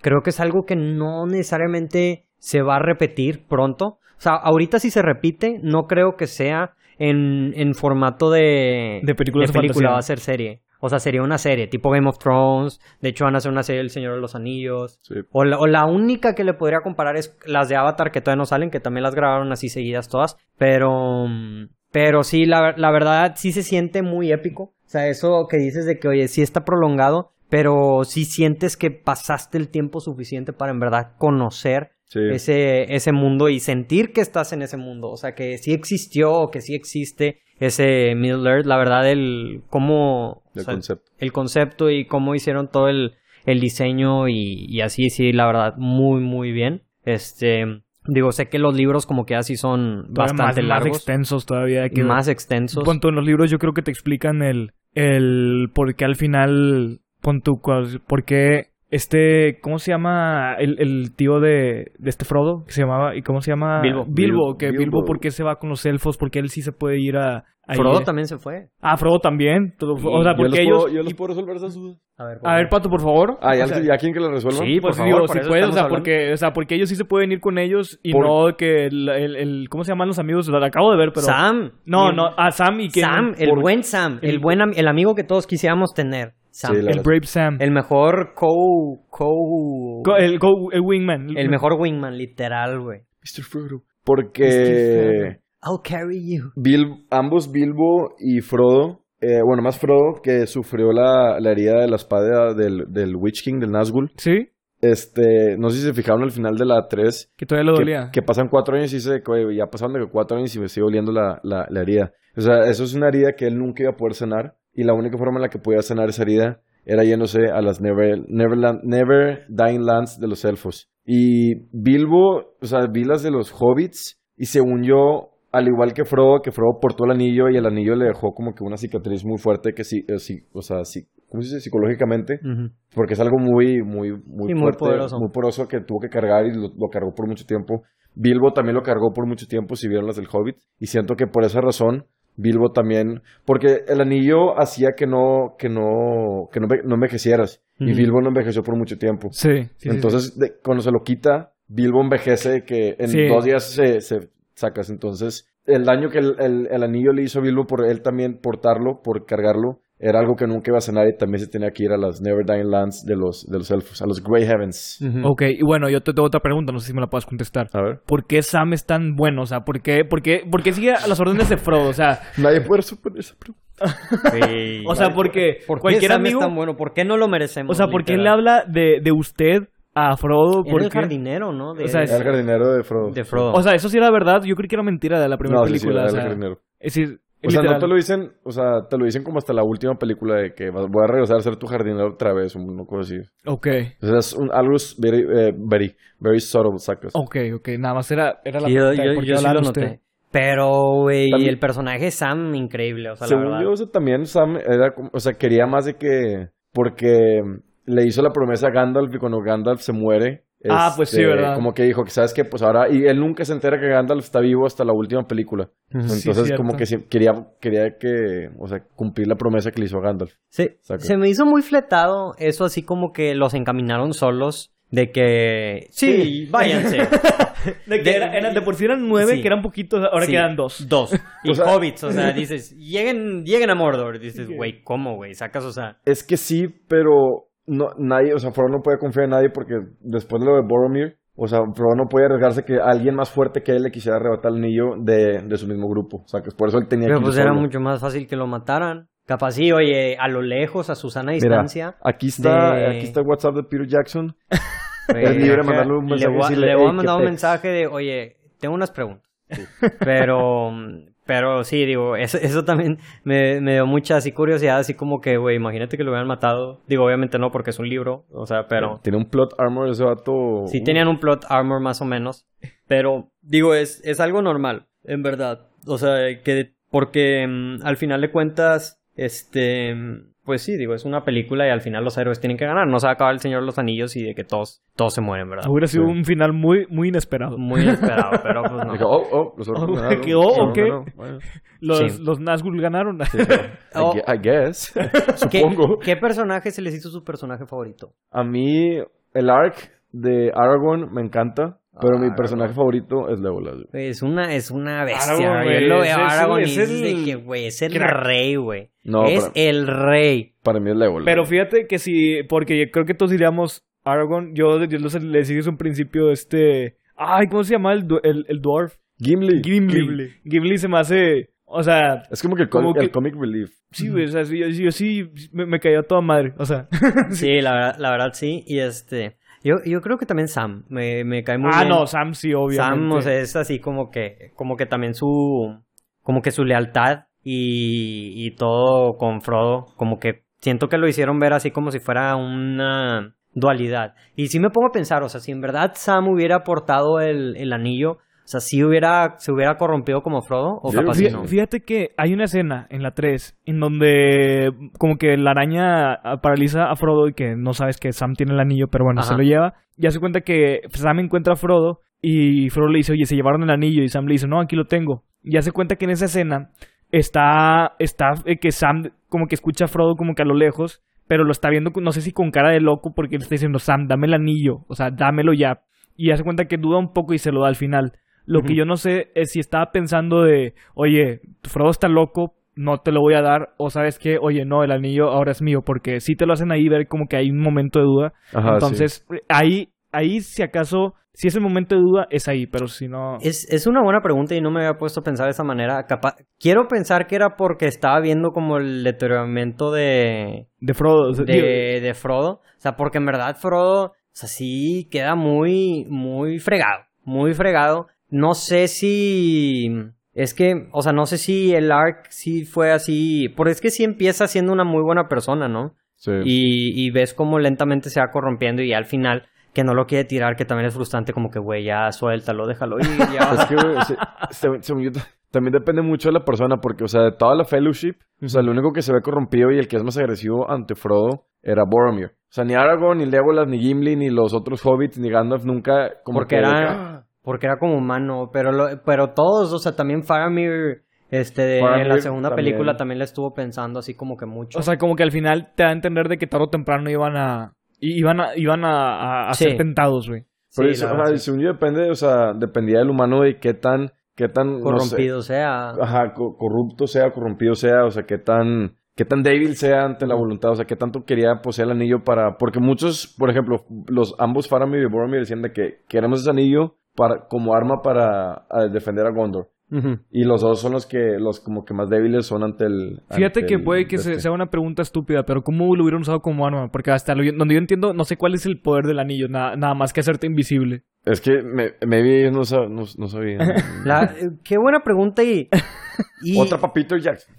Speaker 1: creo que es algo que no necesariamente se va a repetir pronto. O sea, ahorita si se repite, no creo que sea en, en formato de,
Speaker 3: De películas de
Speaker 1: película,
Speaker 3: fantasía.
Speaker 1: va a ser serie. O sea, sería una serie, tipo Game of Thrones. De hecho, van a hacer una serie El Señor de los Anillos.
Speaker 2: Sí.
Speaker 1: O la, o la única que le podría comparar es las de Avatar, que todavía no salen, que también las grabaron así seguidas todas. Pero. mm, Pero sí, la, ver- la verdad, sí se siente muy épico. O sea, eso que dices de que, oye, sí está prolongado, pero sí sientes que pasaste el tiempo suficiente para en verdad conocer
Speaker 2: Sí.
Speaker 1: ese, ese mundo y sentir que estás en ese mundo. O sea, que sí existió o que sí existe ese Middle Earth. La verdad, el cómo. o
Speaker 2: El
Speaker 1: sea,
Speaker 2: concepto.
Speaker 1: el concepto y cómo hicieron todo el, el diseño y, y así, sí, la verdad, muy, muy bien. Este, digo, sé que los libros como que así son
Speaker 3: Todavía más-
Speaker 1: bastante
Speaker 3: más,
Speaker 1: largos,
Speaker 3: extensos todavía. Que
Speaker 1: más extensos.
Speaker 3: Pon tú, en los libros yo creo que te explican el, el por qué al final, pon tú, cuál- por qué este, ¿cómo se llama el, el tío de, de este Frodo? Que se llamaba, ¿y cómo se llama?
Speaker 1: Bilbo.
Speaker 3: Bilbo,
Speaker 2: Bilbo,
Speaker 3: que Bilbo,
Speaker 2: Bilbo.
Speaker 3: ¿por qué se va con los elfos? Porque él sí se puede ir a... a
Speaker 1: Frodo
Speaker 3: ir-
Speaker 1: también se fue.
Speaker 3: Ah, Frodo también. todo-
Speaker 1: Sí,
Speaker 3: o sea,
Speaker 2: Yo los,
Speaker 3: porque ellos...
Speaker 2: puedo, yo los puedo resolver esas dudas.
Speaker 1: A ver,
Speaker 3: A ver, Pato, por favor.
Speaker 2: Ah, ¿y
Speaker 3: O
Speaker 2: alguien-
Speaker 3: sea,
Speaker 2: ¿y a quién que lo resuelva?
Speaker 1: Sí, por
Speaker 3: pues
Speaker 1: favor,
Speaker 3: digo,
Speaker 1: por
Speaker 3: si
Speaker 1: eso
Speaker 3: puedes, o
Speaker 1: estamos
Speaker 3: sea,
Speaker 1: hablando.
Speaker 3: porque, o sea, porque ellos sí se pueden ir con ellos y
Speaker 2: Por-
Speaker 3: no que el, el- el- ¿cómo se llaman los amigos? Lo acabo de ver, pero...
Speaker 1: Sam.
Speaker 3: No,
Speaker 1: el-
Speaker 3: no, a Sam y que...
Speaker 1: Sam, el
Speaker 3: por-
Speaker 1: buen Sam, el,
Speaker 3: el-
Speaker 1: buen am- el amigo que todos quisiéramos tener. Sam.
Speaker 2: Sí, la-
Speaker 3: El Brave Sam.
Speaker 1: El mejor co... co...
Speaker 3: Co- El, go- el Wingman.
Speaker 1: el mejor wingman, literal, güey.
Speaker 2: Mr. Frodo.
Speaker 3: Mr.
Speaker 2: Porque
Speaker 3: Frodo.
Speaker 1: I'll carry you.
Speaker 2: Bil- ambos Bilbo y Frodo, eh, bueno, más Frodo que sufrió la, la herida de la espada del, del Witch King, del Nazgûl.
Speaker 3: Sí,
Speaker 2: Este, no sé si se fijaron al final de la 3,
Speaker 3: que todavía le
Speaker 2: que,
Speaker 3: dolía.
Speaker 2: que pasan cuatro años y dice, "Oye, ya pasaron de que cuatro años y me sigue oliendo la, la, la herida. O sea, eso es una herida que él nunca iba a poder sanar. Y la única forma en la que podía sanar esa herida era yéndose a las Never, Neverland- Never Dying Lands de los elfos. Y Bilbo, o sea, vi las de los hobbits y según yo, al igual que Frodo, que Frodo portó el anillo y el anillo le dejó como que una cicatriz muy fuerte que sí, eh, sí, o sea, sí, ¿cómo se dice? Psicológicamente.
Speaker 1: Ujú.
Speaker 2: Porque es algo muy, muy, muy,
Speaker 1: Y muy
Speaker 2: fuerte,
Speaker 1: poderoso.
Speaker 2: Muy poderoso que tuvo que cargar y lo, lo cargó por mucho tiempo. Bilbo también lo cargó por mucho tiempo, si vieron las del Hobbit. Y siento que por esa razón, Bilbo también. Porque el anillo hacía que no, que no, que no, enve- no envejecieras. Y
Speaker 1: Ujú.
Speaker 2: Bilbo no envejeció por mucho tiempo.
Speaker 3: Sí, sí, sí,
Speaker 2: entonces, de- cuando se lo quita, Bilbo envejece que en
Speaker 3: Sí.
Speaker 2: dos días se, se sacas. Entonces, el daño que el, el- el anillo le hizo a Bilbo por él también portarlo, por cargarlo, era algo que nunca iba a sanar y también se tenía que ir a las Never Dying Lands de los, de los elfos, a los Grey Heavens.
Speaker 3: sí.
Speaker 1: Ujú.
Speaker 3: Ok, y bueno, yo te tengo otra pregunta, no sé si me la puedes contestar.
Speaker 2: A ver.
Speaker 3: ¿Por qué Sam es tan bueno? O sea, ¿por qué, por qué, por qué sigue a las órdenes de Frodo? O sea,
Speaker 2: Nadie puede suponer esa pregunta.
Speaker 1: Sí.
Speaker 3: o sea porque
Speaker 1: ¿Por qué
Speaker 3: cualquier
Speaker 1: Sam es
Speaker 3: amigo...
Speaker 1: tan bueno? ¿Por qué no lo merecemos?
Speaker 3: O sea, ¿por qué
Speaker 1: literal?
Speaker 3: le habla de, de usted a Frodo?
Speaker 1: Era
Speaker 3: ¿Por
Speaker 1: el
Speaker 3: qué?
Speaker 1: jardinero, ¿no? De,
Speaker 3: O sea,
Speaker 2: Era el jardinero de Frodo.
Speaker 1: de Frodo.
Speaker 3: O sea, eso sí era verdad. Yo creí que era mentira de la primera
Speaker 2: no, sí, sí,
Speaker 3: película.
Speaker 2: era
Speaker 3: o
Speaker 2: el
Speaker 3: sea,
Speaker 2: jardinero.
Speaker 3: es decir,
Speaker 2: O sea, no
Speaker 3: literal.
Speaker 2: te lo dicen, o sea, te lo dicen como hasta la última película de que vas- voy a regresar a ser tu jardinero otra vez, o no cosa así.
Speaker 3: Ok,
Speaker 2: O sea, es un, algo es very, eh, very, very subtle, sacas.
Speaker 3: ok, ok. Nada más era, era la
Speaker 1: Sí, yo,
Speaker 3: pregunta de
Speaker 1: yo-
Speaker 3: por qué
Speaker 1: yo sí
Speaker 3: hablaba
Speaker 1: lo
Speaker 3: usted.
Speaker 1: noté. Pero, güey,
Speaker 2: También-
Speaker 1: el personaje Sam, increíble. O sea, la
Speaker 2: Según
Speaker 1: verdad.
Speaker 2: yo, o sea, también Sam era como, o sea, quería más de que, porque le hizo la promesa a Gandalf y cuando Gandalf se muere. este,
Speaker 3: Ah, pues sí, ¿verdad?
Speaker 2: Como que dijo que, ¿sabes qué? Pues ahora, y él nunca se entera que Gandalf está vivo hasta la última película.
Speaker 1: Ujú.
Speaker 3: Sí,
Speaker 2: Entonces,
Speaker 3: cierto.
Speaker 2: como que sí- quería, quería que, o sea, cumplir la promesa que le hizo a Gandalf.
Speaker 1: Se,
Speaker 2: Saca.
Speaker 1: se me hizo muy fletado eso, así como que los encaminaron solos. De que. Sí, váyanse.
Speaker 3: De que
Speaker 1: De-
Speaker 3: era- eran- de por sí eran nueve,
Speaker 1: sí.
Speaker 3: que eran poquitos, ahora
Speaker 1: Sí,
Speaker 3: quedan dos.
Speaker 1: Dos. Y
Speaker 2: O sea-
Speaker 1: hobbits, o sea, dices, lleguen, lleguen a Mordor. Dices, güey, ¿cómo, güey? Sacas, o sea.
Speaker 2: Es que sí, pero no, nadie, o sea, Frodo no puede confiar en nadie porque después de lo de Boromir, o sea, Frodo no puede arriesgarse que alguien más fuerte que él le quisiera arrebatar el anillo de, de su mismo grupo. O sea, que por eso él tenía
Speaker 1: Pero
Speaker 2: que ir
Speaker 1: pues era
Speaker 2: solo.
Speaker 1: mucho más fácil que lo mataran. Capaz sí, oye, a lo lejos, a su sana
Speaker 2: Mira,
Speaker 1: distancia.
Speaker 2: aquí está,
Speaker 1: de-
Speaker 2: aquí está el WhatsApp de Peter Jackson.
Speaker 1: Güey,
Speaker 2: Es libre
Speaker 1: acá
Speaker 2: mandarle un
Speaker 1: Pues, Le
Speaker 2: mensaje
Speaker 1: voy, a-
Speaker 2: y decirle,
Speaker 1: le voy
Speaker 2: "Ey,
Speaker 1: a
Speaker 2: ¿qué
Speaker 1: mandar un
Speaker 2: pex?"
Speaker 1: mensaje de, oye, tengo unas preguntas. Pero, mm, Pero sí, digo, eso, eso también me, me dio mucha así curiosidad, así como que, güey, imagínate que lo hubieran matado. Digo, obviamente no, porque es un libro, o sea, pero
Speaker 2: Eh, Tiene un plot armor ese vato.
Speaker 1: sí tenían un plot armor más o menos. Pero, digo, es, es algo normal, en verdad. O sea, que, porque mm, al final de cuentas, este, mm, pues sí, digo, es una película y al final los héroes tienen que ganar. No se va a acabar el Señor de los Anillos y de que todos, todos se mueren, ¿verdad?
Speaker 3: Hubiera sido
Speaker 2: Sí.
Speaker 3: un final muy, muy inesperado.
Speaker 1: Muy inesperado, pero pues
Speaker 2: Dije,
Speaker 1: no.
Speaker 2: oh, oh, los orcos
Speaker 3: Oh,
Speaker 2: ganaron.
Speaker 3: que, oh,
Speaker 2: No,
Speaker 3: ok.
Speaker 2: no, no, bueno.
Speaker 3: Los,
Speaker 1: Sí.
Speaker 3: los Nazgûl ganaron.
Speaker 2: Sí, pero, I
Speaker 1: Oh.
Speaker 2: gue- I guess.
Speaker 1: ¿Qué,
Speaker 2: "Oh, Supongo.
Speaker 1: ¿Qué personaje se les hizo su personaje favorito?
Speaker 2: A mí, el arc de Aragorn me encanta, pero mi
Speaker 1: Aragorn.
Speaker 2: personaje favorito es Legolas.
Speaker 1: Es una, es una bestia,
Speaker 3: Aragorn,
Speaker 1: güey.
Speaker 3: güey,
Speaker 1: Yo lo
Speaker 3: es-
Speaker 1: veo
Speaker 3: es-
Speaker 1: a Aragorn
Speaker 3: es
Speaker 1: y es de
Speaker 3: el
Speaker 1: que, güey, es el
Speaker 3: crack.
Speaker 1: rey, güey.
Speaker 2: No,
Speaker 1: es
Speaker 2: para,
Speaker 1: el rey.
Speaker 2: para mí es Legolas.
Speaker 3: Pero fíjate que sí, porque yo creo que todos diríamos Aragorn. Yo, yo los- le dije desde un principio este. Ay, ¿cómo se llama el, du- el, el dwarf?
Speaker 2: Gimli.
Speaker 3: Gimli. Gimli. se me hace. O sea,
Speaker 2: Es como que el,
Speaker 3: Como
Speaker 2: com- el
Speaker 3: que-
Speaker 2: comic relief.
Speaker 3: sí, güey. O sea, sí, yo, yo sí me, me cayó a toda madre. O sea.
Speaker 1: Sí, la verdad, la verdad sí. Y este, yo, yo creo que también Sam me, me cae muy
Speaker 3: ah,
Speaker 1: bien.
Speaker 3: no, Sam sí, obviamente.
Speaker 1: Sam, o sea, es así como que, como que también su, como que su lealtad y, y todo con Frodo, como que siento que lo hicieron ver así como si fuera una dualidad. Y sí me pongo a pensar, o sea, si en verdad Sam hubiera aportado el, el anillo, o sea, si hubiera, se hubiera corrompido como Frodo, o
Speaker 2: Yo creo
Speaker 1: capaz
Speaker 2: que
Speaker 1: y
Speaker 3: Fí-
Speaker 2: sí.
Speaker 1: no.
Speaker 3: Fíjate que hay una escena en la 3 en donde como que la araña ah, paraliza a Frodo y que no sabes que Sam tiene el anillo, pero bueno,
Speaker 1: Ajá.
Speaker 3: se lo lleva. Y hace cuenta que Sam encuentra a Frodo y Frodo le dice, oye, se llevaron el anillo y Sam le dice, no, aquí lo tengo. Y hace cuenta que en esa escena está, está eh, que Sam como que escucha a Frodo como que a lo lejos, pero lo está viendo, con- no sé si con cara de loco porque le está diciendo, Sam, dame el anillo, o sea, dámelo ya. Y hace cuenta que duda un poco y se lo da al final. Lo que
Speaker 1: Ujú.
Speaker 3: yo no sé es si estaba pensando de, oye, Frodo está loco, no te lo voy a dar, o sabes que, oye, no, el anillo ahora es mío, porque si te lo hacen ahí ver como que hay un momento de duda.
Speaker 2: Ajá, Ah, sí.
Speaker 3: Entonces, ahí, ahí si acaso, si es el momento de duda, es ahí, pero si no...
Speaker 1: Es, es una buena pregunta y no me había puesto a pensar de esa manera. Capaz, quiero pensar que era porque estaba viendo como el deterioramiento de,
Speaker 3: De Frodo. o sea, digo,
Speaker 1: de, de Frodo. O sea, porque en verdad Frodo, o sea, sí queda muy, muy fregado. Muy fregado. No sé si. Es que, o sea, no sé si el arc sí fue así. Porque es que sí empieza siendo una muy buena persona, ¿no?
Speaker 2: Sí.
Speaker 1: Y, y ves cómo lentamente se va corrompiendo y al final que no lo quiere tirar, que también es frustrante, como que, güey, ya suéltalo, déjalo ir, ya.
Speaker 2: Es que, güey, se- se- según yo, también depende mucho de la persona, porque, o sea, de toda la fellowship, o sea, el único que se ve corrompido y el que es más agresivo ante Frodo era Boromir. O sea, ni Aragorn, ni Legolas, ni Gimli, ni los otros hobbits, ni Gandalf nunca como
Speaker 1: Porque
Speaker 2: que- ah.
Speaker 1: era- Porque era como humano, pero lo- pero todos, o sea, también Faramir, este, de-
Speaker 2: Faramir
Speaker 1: en la segunda
Speaker 2: también.
Speaker 1: película también le estuvo pensando así como que mucho.
Speaker 3: o sea, como que al final te da a entender de que tarde o temprano iban a... i- Iban a, iban a, a- a
Speaker 1: Sí.
Speaker 3: ser tentados, güey.
Speaker 2: Pero "Ah,
Speaker 1: Sí,
Speaker 2: eso,
Speaker 1: la
Speaker 2: ajá,
Speaker 1: verdad,
Speaker 2: y según yo depende, o sea, dependía del humano de qué tan, qué tan, no sé,
Speaker 1: corrompido, o sea,
Speaker 2: ajá, co- corrupto sea, corrompido sea, o sea, qué tan, qué tan débil sea ante la voluntad, o sea, qué tanto quería poseer el anillo para, porque muchos, por ejemplo, los ambos Faramir y Boromir decían de que queremos ese anillo para, como arma para a defender a Gondor.
Speaker 1: ujú,
Speaker 2: Y los dos son los que, los como que más débiles son ante el.
Speaker 3: Fíjate
Speaker 2: ante
Speaker 3: que
Speaker 2: Ah, el-
Speaker 3: puede que se-
Speaker 2: este.
Speaker 3: sea una pregunta estúpida, pero ¿cómo lo hubieran usado como arma? Porque hasta lo- donde yo entiendo, no sé cuál es el poder del anillo, nada, nada más que hacerte invisible.
Speaker 2: Es que me, maybe ellos no, sab- no, no sabían.
Speaker 1: la- eh, qué buena pregunta y, y,
Speaker 2: Otra papito Jackson.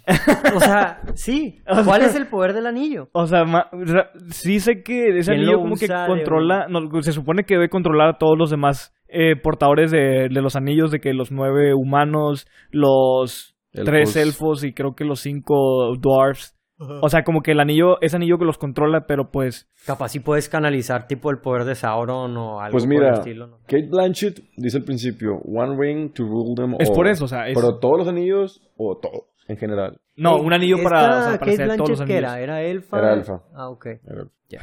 Speaker 1: o sea, sí, ¿cuál es el poder del anillo?
Speaker 3: O sea, ma- o sea, sí sé que ese
Speaker 1: ¿Quién
Speaker 3: anillo
Speaker 1: lo
Speaker 3: como que
Speaker 1: usa de
Speaker 3: controla, no, se supone que debe controlar a todos los demás eh, portadores de, de los anillos, de que los nueve humanos, los tres elfos y creo que los cinco dwarfs. O sea, como que el anillo, ese anillo que los controla, pero pues
Speaker 1: Capaz si puedes canalizar tipo el poder de Sauron o algo
Speaker 2: Pues
Speaker 1: por el
Speaker 2: mira,
Speaker 1: estilo, ¿no?
Speaker 2: Kate Blanchett dice al principio: One ring to rule them
Speaker 3: es
Speaker 2: all".
Speaker 3: por eso, o sea, es-
Speaker 2: Pero todos los anillos o todo, en general.
Speaker 3: no, un anillo para, o sea,
Speaker 1: Eh, Esta
Speaker 3: para hacer
Speaker 1: Kate
Speaker 3: todos los
Speaker 1: Blanchett, ¿qué
Speaker 3: anillos.
Speaker 1: era? ¿Era elfa?
Speaker 2: Era elfa.
Speaker 1: Ah, ok.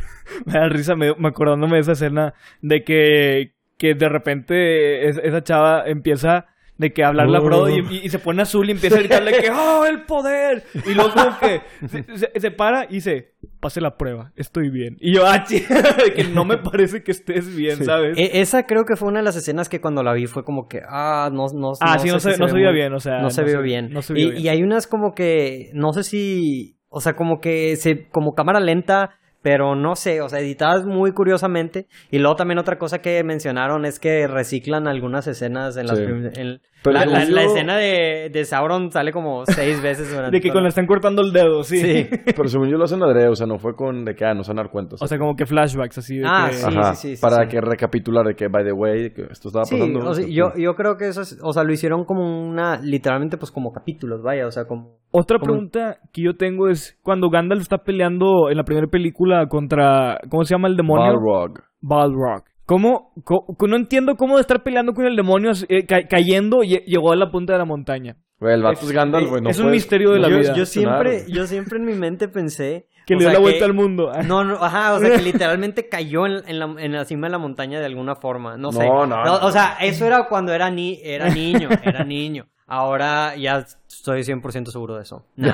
Speaker 3: Me da risa me, me acordándome de esa escena de que, que de repente es- esa chava empieza de que a hablarle a Frodo y, y- y se pone azul y empieza a gritarle que ¡Oh, el poder! Y luego como que se, se- se para y dice pase la prueba, estoy bien. Y yo, ah, chi- de que no me parece que estés bien, ¿sabes?
Speaker 1: E- esa creo que fue una de las escenas que cuando la vi fue como que, ah, no, no,
Speaker 3: ah, sí, no
Speaker 1: sé
Speaker 3: se,
Speaker 1: si
Speaker 3: no se
Speaker 1: ve
Speaker 3: vio
Speaker 1: muy-
Speaker 3: bien, o sea.
Speaker 1: no se vio bien.
Speaker 3: No se
Speaker 1: y,
Speaker 3: vio
Speaker 1: y
Speaker 3: bien.
Speaker 1: hay unas como que, no sé si, o sea, como que se, como cámara lenta, Pero no sé, o sea, editadas muy curiosamente. Y luego también otra cosa que mencionaron es que reciclan algunas escenas en las
Speaker 2: Sí.
Speaker 1: prim- en-
Speaker 2: Pero
Speaker 1: la, la-
Speaker 2: luego-
Speaker 1: la escena de, de Sauron sale como seis veces durante
Speaker 3: De que
Speaker 1: toda
Speaker 3: cuando
Speaker 1: la-
Speaker 3: le están cortando el dedo, sí.
Speaker 1: Sí.
Speaker 2: Pero según yo lo hacen adrede, o sea, no fue con de que, ah, nos van a dar cuentos.
Speaker 3: O sea, como que flashbacks así de
Speaker 1: Ah,
Speaker 3: que...
Speaker 1: sí.
Speaker 2: Ajá,
Speaker 1: sí,
Speaker 2: para
Speaker 1: sí.
Speaker 2: que recapitular de que, by the way, que pues, esto estaba
Speaker 1: Sí,
Speaker 2: pasando.
Speaker 1: o sea, yo, yo creo que eso es, o sea, lo hicieron como una, literalmente pues como capítulos, vaya, o sea, como...
Speaker 3: Otra
Speaker 1: ¿Cómo?
Speaker 3: pregunta que yo tengo es cuando Gandalf está peleando en la primera película contra ¿cómo se llama el demonio?
Speaker 2: Balrog.
Speaker 3: Balrog. ¿Cómo, co- co- no entiendo cómo de estar peleando con el demonio eh, ca- cayendo lle- llegó a la punta de la montaña.
Speaker 2: Güey, el vato es Gandalf, güey. no
Speaker 3: es un
Speaker 2: puedes-
Speaker 3: misterio de la
Speaker 2: yo-
Speaker 3: vida.
Speaker 1: Yo siempre,
Speaker 2: Claro.
Speaker 1: yo siempre en mi mente pensé...
Speaker 3: Que
Speaker 1: o
Speaker 3: le dio
Speaker 1: sea,
Speaker 3: la
Speaker 1: que-
Speaker 3: vuelta al mundo.
Speaker 1: No, no, ajá, o sea, que literalmente cayó en, en la, en la cima de la montaña de alguna forma, no sé.
Speaker 2: No, no, no.
Speaker 1: O sea, eso era cuando era, ni, era niño, era niño. Ahora ya estoy 100% seguro de eso. No.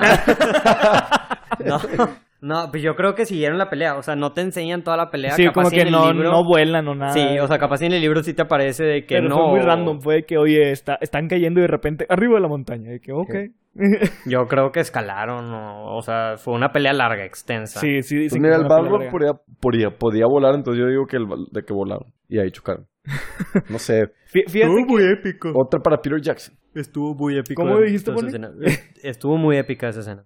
Speaker 1: no, no, pues yo creo que siguieron la pelea, o sea, no te enseñan toda la pelea.
Speaker 3: sí,
Speaker 1: capaz
Speaker 3: como
Speaker 1: sí
Speaker 3: que
Speaker 1: en el
Speaker 3: no,
Speaker 1: libro-
Speaker 3: no vuelan o nada.
Speaker 1: Sí, o sea, capaz sí en el libro sí te aparece de que
Speaker 3: Pero
Speaker 1: no.
Speaker 3: fue muy random, fue de que, oye, está, están cayendo y de repente arriba de la montaña. De que, ok.
Speaker 1: Yo creo que escalaron, o, o sea, fue una pelea larga, extensa.
Speaker 3: Sí, sí,
Speaker 2: Pues
Speaker 3: dicen
Speaker 2: mira,
Speaker 3: que
Speaker 2: el
Speaker 3: fue una pelea
Speaker 2: Balrog
Speaker 3: larga.
Speaker 2: podía, podía, podía volar, entonces yo digo que el Bal- de que volaron. Y ahí chocaron. No sé.
Speaker 3: Fí- Fíjate que-
Speaker 1: muy épico.
Speaker 2: Otra para Peter Jackson.
Speaker 1: Estuvo muy épico.
Speaker 3: ¿Cómo dijiste,
Speaker 1: esa
Speaker 3: Poli?
Speaker 1: escena. Estuvo muy épica esa escena.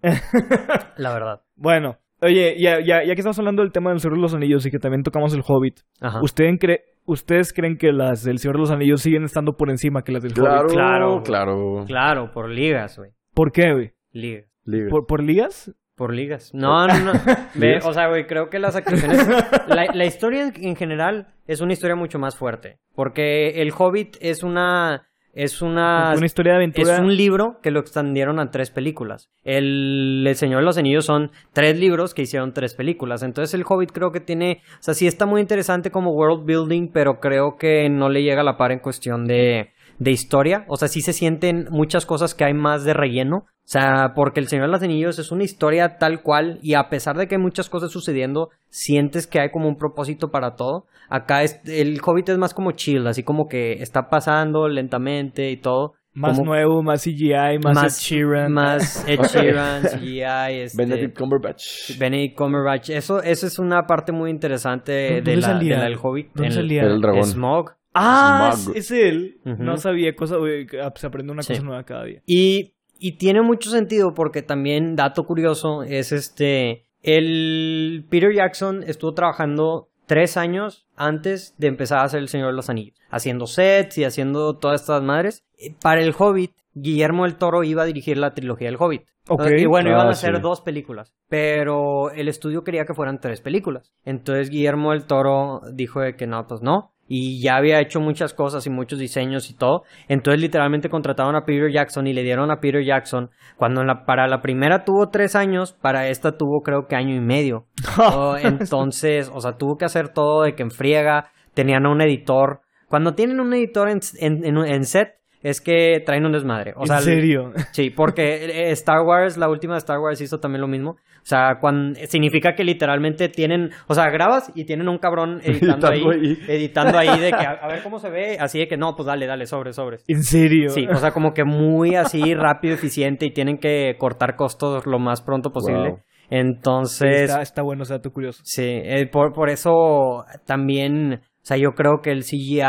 Speaker 1: La verdad.
Speaker 3: Bueno, oye, ya, ya, ya que estamos hablando del tema del Señor de los Anillos y que también tocamos el Hobbit,
Speaker 1: Ajá.
Speaker 3: ¿ustedes, cree- ¿ustedes creen que las del Señor de los Anillos siguen estando por encima que las del
Speaker 1: claro.
Speaker 3: Hobbit?
Speaker 2: claro. Claro.
Speaker 1: Claro, por ligas, güey.
Speaker 3: ¿Por qué, güey?
Speaker 1: Ligas.
Speaker 2: Libre.
Speaker 3: ¿Por, por ligas?
Speaker 1: Por ligas. No, no, no. Ve,
Speaker 2: ¿Ligas?
Speaker 1: o sea, güey, creo que las actuaciones. La, la historia en- en general es una historia mucho más fuerte. Porque el Hobbit es una. Es una.
Speaker 3: una historia de
Speaker 1: Ah, Es
Speaker 3: aventura.
Speaker 1: un libro que lo extendieron a tres películas. El, El Señor de los Anillos son tres libros que hicieron tres películas. Entonces el Hobbit creo que tiene, o sea, sí está muy interesante como world building, pero creo que no le llega a la par en cuestión de, de historia. O sea, sí se sienten muchas cosas que hay más de relleno. O sea, porque El Señor de los Anillos es una historia tal cual y a pesar de que hay muchas cosas sucediendo, sientes que hay como un propósito para todo. Acá es, el Hobbit es más como chill, así como que está pasando lentamente y todo.
Speaker 3: Más
Speaker 1: como-
Speaker 3: nuevo, más CGI, más, Ed Sheeran.
Speaker 1: más Ed Sheeran, CGI, este,
Speaker 2: Benedict Cumberbatch.
Speaker 1: Benedict Cumberbatch. Eso, eso es una parte muy interesante
Speaker 3: ¿Dónde
Speaker 1: de la,
Speaker 3: salía?
Speaker 1: de la del Hobbit.
Speaker 3: ¿Dónde
Speaker 1: el-
Speaker 3: salía?
Speaker 2: el dragón.
Speaker 1: Smog.
Speaker 3: Ah, es,
Speaker 2: Smug.
Speaker 3: es él.
Speaker 1: Ujú.
Speaker 3: No sabía cosa, güey, que, ah, se aprende una
Speaker 1: Sí.
Speaker 3: cosa nueva cada día.
Speaker 1: Y, y tiene mucho sentido porque también, dato curioso, es este... El Peter Jackson estuvo trabajando tres años antes de empezar a hacer El Señor de los Anillos. Haciendo sets y haciendo todas estas madres. Eh, Para El Hobbit, Guillermo del Toro iba a dirigir la trilogía del Hobbit.
Speaker 3: Ok.
Speaker 1: Y bueno,
Speaker 2: Ah,
Speaker 1: iban a
Speaker 2: sí.
Speaker 1: hacer dos películas, pero el estudio quería que fueran tres películas. Entonces Guillermo del Toro dijo de que no, pues no. Y ya había hecho muchas cosas y muchos diseños y todo. Entonces literalmente contrataron a Peter Jackson y le dieron a Peter Jackson. Cuando en la- para la primera tuvo tres años, para esta tuvo creo que año y medio. Oh, entonces, o sea, tuvo que hacer todo de que en friega. Tenían a un editor. Cuando tienen un editor en, en- en- en set, es que traen un desmadre. O sea,
Speaker 3: en serio.
Speaker 1: Sí, porque eh, Star Wars, la última de Star Wars hizo también lo mismo. O sea, cuan- significa que literalmente tienen, o sea, grabas y tienen un cabrón editando,
Speaker 2: Editando
Speaker 1: ahí,
Speaker 2: ahí.
Speaker 1: editando ahí de que a, a ver cómo se ve, así de que no, pues dale, dale, sobre, sobre.
Speaker 3: En serio.
Speaker 1: Sí, o sea, como que muy así rápido, eficiente y tienen que cortar costos lo más pronto posible.
Speaker 2: Wow.
Speaker 1: Entonces,
Speaker 3: está, está bueno ese dato curioso.
Speaker 1: Sí, eh, por, por eso también, o sea, yo creo que el CGI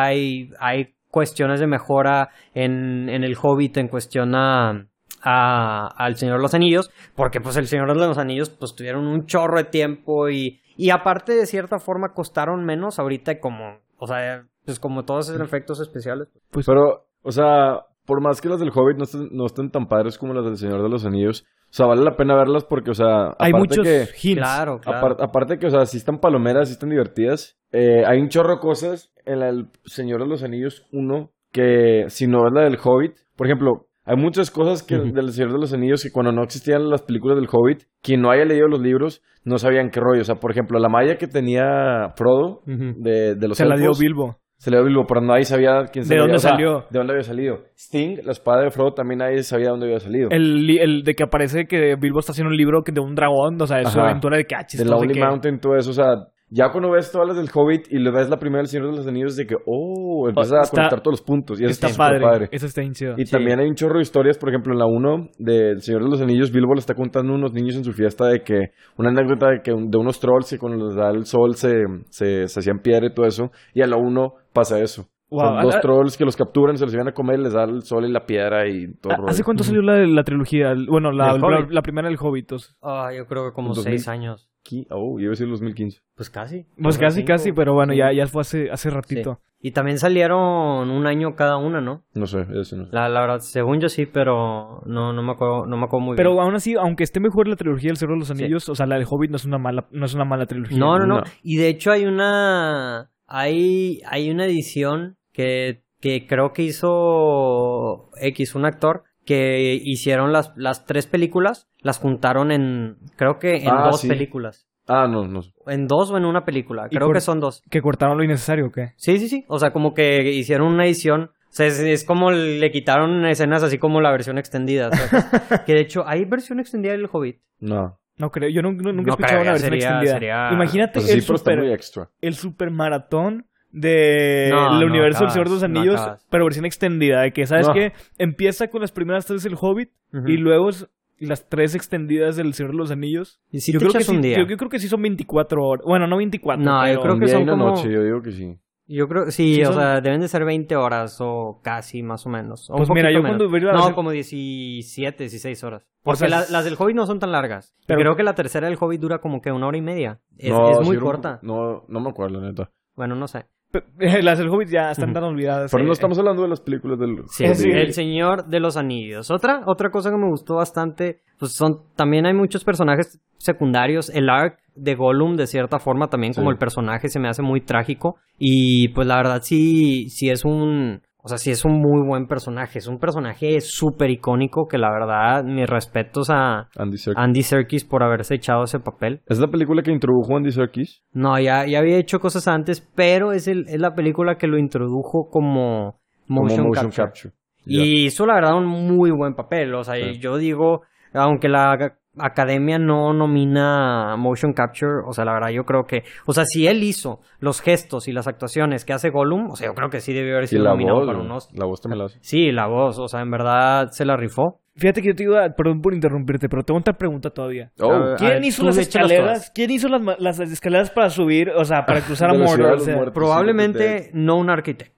Speaker 1: hay cuestiones de mejora en, en el Hobbit en cuestión a, a- al Señor de los Anillos, porque pues el Señor de los Anillos pues tuvieron un chorro de tiempo y, y aparte de cierta forma costaron menos ahorita como, o sea, pues como todos esos efectos especiales.
Speaker 2: Pues, Pero, o sea, por más que las del Hobbit no estén, no estén tan padres como las del Señor de los Anillos, o sea, vale la pena verlas porque, o sea,
Speaker 3: Hay
Speaker 2: aparte
Speaker 3: muchos
Speaker 2: que...
Speaker 3: hints.
Speaker 1: Claro, claro.
Speaker 2: Apar- aparte que, o sea, sí están palomeras, sí están divertidas. Eh, hay un chorro de cosas en la del Señor de los Anillos 1 que si no es la del Hobbit, por ejemplo, hay muchas cosas que
Speaker 1: Ujú.
Speaker 2: del Señor de los Anillos que cuando no existían las películas del Hobbit, quien no haya leído los libros no sabían qué rollo. O sea, por ejemplo, la malla que tenía Frodo
Speaker 1: Ujú.
Speaker 2: de, de los
Speaker 3: Se la dio
Speaker 1: pues,
Speaker 2: elfos,
Speaker 3: Bilbo.
Speaker 2: se le dio Bilbo, pero nadie sabía quién se
Speaker 3: ¿De
Speaker 2: la
Speaker 3: dónde
Speaker 2: dio, o sea,
Speaker 3: salió?
Speaker 2: de dónde había salido. Sting, la espada de Frodo, también nadie sabía dónde había salido.
Speaker 3: El, li- el de que aparece que Bilbo está haciendo un libro que- de un dragón, o sea, es su
Speaker 2: Ajá.
Speaker 3: aventura de cachis.
Speaker 2: de Lonely Mountain, todo eso, o sea, Ya cuando ves todas las del Hobbit y le ves la primera del Señor de los Anillos, de que, oh, empiezas
Speaker 3: Oh,
Speaker 2: a
Speaker 3: está-
Speaker 2: conectar todos los puntos. Y eso
Speaker 3: está
Speaker 2: está súper
Speaker 3: padre.
Speaker 2: padre.
Speaker 3: Eso está bien chido.
Speaker 2: Y
Speaker 1: Sí.
Speaker 2: también hay un chorro de historias, por ejemplo, en la 1 del Señor de los Anillos, Bilbo le está contando a unos niños en su fiesta de que, una anécdota de que un- de unos trolls que cuando les da el sol se, se, se hacían piedra y todo eso, y a la 1 pasa eso.
Speaker 3: Wow,
Speaker 2: Son
Speaker 3: a-
Speaker 2: dos
Speaker 3: a-
Speaker 2: trolls que los capturan, se los llevan a comer, les da el sol y la piedra y todo
Speaker 1: Ah,
Speaker 2: el rollo.
Speaker 3: ¿Hace cuánto salió la, la trilogía? Bueno, la,
Speaker 2: Del
Speaker 3: la-
Speaker 2: Hobbit.
Speaker 3: la primera del Hobbit. o sea.
Speaker 1: Ah, yo creo que como
Speaker 2: Dos
Speaker 1: seis
Speaker 2: mil.
Speaker 1: años.
Speaker 2: Aquí- Oh, yo iba a decir el 2015.
Speaker 1: Pues casi.
Speaker 3: Pues
Speaker 1: Como
Speaker 3: casi,
Speaker 1: cinco.
Speaker 3: casi, pero bueno,
Speaker 1: Sí.
Speaker 3: ya, ya fue hace, hace ratito.
Speaker 1: Y también salieron un año cada una, ¿no?
Speaker 2: No sé, eso no sé.
Speaker 1: La, la verdad, según yo sí, pero no, no me acuerdo, no me acuerdo muy
Speaker 3: Pero
Speaker 1: bien.
Speaker 3: aún así, aunque esté mejor la trilogía del Señor de los
Speaker 1: Sí.
Speaker 3: Anillos, o sea, la del Hobbit no es una mala, no es una mala trilogía.
Speaker 1: No, no, no,
Speaker 2: no.
Speaker 1: Y de hecho hay una. Hay. Hay una edición que. que creo que hizo X, un actor. Que hicieron las, las tres películas. Las juntaron en. Creo que en
Speaker 2: Ah,
Speaker 1: dos
Speaker 2: sí.
Speaker 1: películas.
Speaker 2: Ah, no, no sé.
Speaker 1: En dos o en una película.
Speaker 3: Y
Speaker 1: Creo
Speaker 3: por-
Speaker 1: que son dos.
Speaker 3: Que cortaron lo innecesario, ¿o ¿qué?
Speaker 1: Sí, sí, sí. O sea, como que hicieron una edición. O sea, es, es como le quitaron escenas así como la versión extendida. ¿sabes? que de hecho, ¿hay versión extendida del Hobbit?
Speaker 2: No.
Speaker 3: No creo, yo no- no- nunca he
Speaker 1: No
Speaker 3: escuchado
Speaker 1: creo,
Speaker 3: una versión
Speaker 1: sería-
Speaker 3: extendida.
Speaker 1: sería-
Speaker 3: Imagínate
Speaker 2: Pues sí,
Speaker 3: el,
Speaker 2: pero está muy
Speaker 3: super,
Speaker 2: extra.
Speaker 3: el super maratón de
Speaker 1: No,
Speaker 3: el
Speaker 1: no
Speaker 3: universo del Señor de
Speaker 1: acabas,
Speaker 3: los
Speaker 1: no
Speaker 3: Anillos,
Speaker 1: acabas.
Speaker 3: pero versión extendida. De que, ¿sabes
Speaker 2: No.
Speaker 3: qué? Empieza con las primeras tres del Hobbit y luego es- las tres extendidas del Señor de los Anilos.
Speaker 1: Y si
Speaker 3: yo,
Speaker 1: te
Speaker 3: creo que
Speaker 1: echas un
Speaker 3: sí,
Speaker 1: día.
Speaker 3: yo, yo creo que sí son 24 horas. Bueno, no 24.
Speaker 1: No, yo
Speaker 3: pero-
Speaker 1: creo
Speaker 2: Un
Speaker 1: que
Speaker 2: día y
Speaker 1: son
Speaker 2: una
Speaker 1: como-
Speaker 2: noche, yo digo que sí.
Speaker 1: Yo creo, sí,
Speaker 3: Sí,
Speaker 1: o
Speaker 3: son-
Speaker 1: sea, deben de ser 20 horas o casi más o menos. O
Speaker 3: Pues
Speaker 1: un
Speaker 3: mira,
Speaker 1: poquito
Speaker 3: yo cuando
Speaker 1: menos.
Speaker 3: iba a
Speaker 1: No,
Speaker 3: hacer-
Speaker 1: como 17, 16 horas.
Speaker 3: O
Speaker 1: Porque
Speaker 3: sea,
Speaker 1: la-
Speaker 3: es-
Speaker 1: las del Hobbit no son tan largas. Y
Speaker 3: Pero-
Speaker 1: Creo que la tercera del Hobbit dura como que una hora y media. Es,
Speaker 2: No,
Speaker 1: es
Speaker 2: sí
Speaker 1: muy
Speaker 2: era un-
Speaker 1: corta.
Speaker 2: No, no me acuerdo, la neta.
Speaker 1: Bueno, no sé.
Speaker 3: Pe- eh, Las del Hobbit ya están
Speaker 1: Ujú.
Speaker 3: tan olvidadas.
Speaker 2: Pero
Speaker 3: eh.
Speaker 2: no estamos hablando de las películas del...
Speaker 1: Sí,
Speaker 3: Eh,
Speaker 2: del-
Speaker 3: sí.
Speaker 1: El Señor de los Anillos. Otra, otra cosa que me gustó bastante, pues son, también hay muchos personajes secundarios. El arc de Gollum, de cierta forma, también como
Speaker 2: Sí.
Speaker 1: el personaje se me hace muy trágico. Y pues la verdad sí, sí es un, o sea, sí es un muy buen personaje. Es un personaje súper icónico que la verdad, mis respetos a
Speaker 2: Andy Serkis.
Speaker 1: Andy Serkis por haberse echado ese papel.
Speaker 2: ¿Es la película que introdujo Andy Serkis?
Speaker 1: No, ya, ya había hecho cosas antes, pero es, el, es la película que lo introdujo como
Speaker 2: Como
Speaker 1: motion, capture.
Speaker 2: Ya.
Speaker 1: Y hizo, la verdad, un muy buen papel. O sea, y
Speaker 2: Sí.
Speaker 1: yo digo, aunque la ac- academia no nomina motion capture, o sea, la verdad, yo creo que. O sea, si él hizo los gestos y las actuaciones que hace Gollum, o sea, yo creo que sí debió haber
Speaker 2: Y
Speaker 1: sido
Speaker 2: la
Speaker 1: nominado
Speaker 2: voz,
Speaker 1: para
Speaker 2: güey.
Speaker 1: un Oscar.
Speaker 2: la voz también la hace.
Speaker 1: Sí, la voz, o sea, en verdad se la rifó.
Speaker 3: Fíjate que yo te iba, perdón por interrumpirte, pero tengo otra pregunta todavía.
Speaker 2: Oh,
Speaker 1: A ver,
Speaker 3: ¿Quién hizo
Speaker 1: tú
Speaker 3: las
Speaker 1: échalas
Speaker 3: escaleras?
Speaker 1: todas.
Speaker 3: ¿Quién hizo las, ma- las escaleras para subir, o sea, para cruzar a
Speaker 2: De la ciudad
Speaker 3: Mordor?
Speaker 2: de
Speaker 3: O
Speaker 2: los
Speaker 3: sea,
Speaker 2: muertos.
Speaker 1: Probablemente no un arquitecto.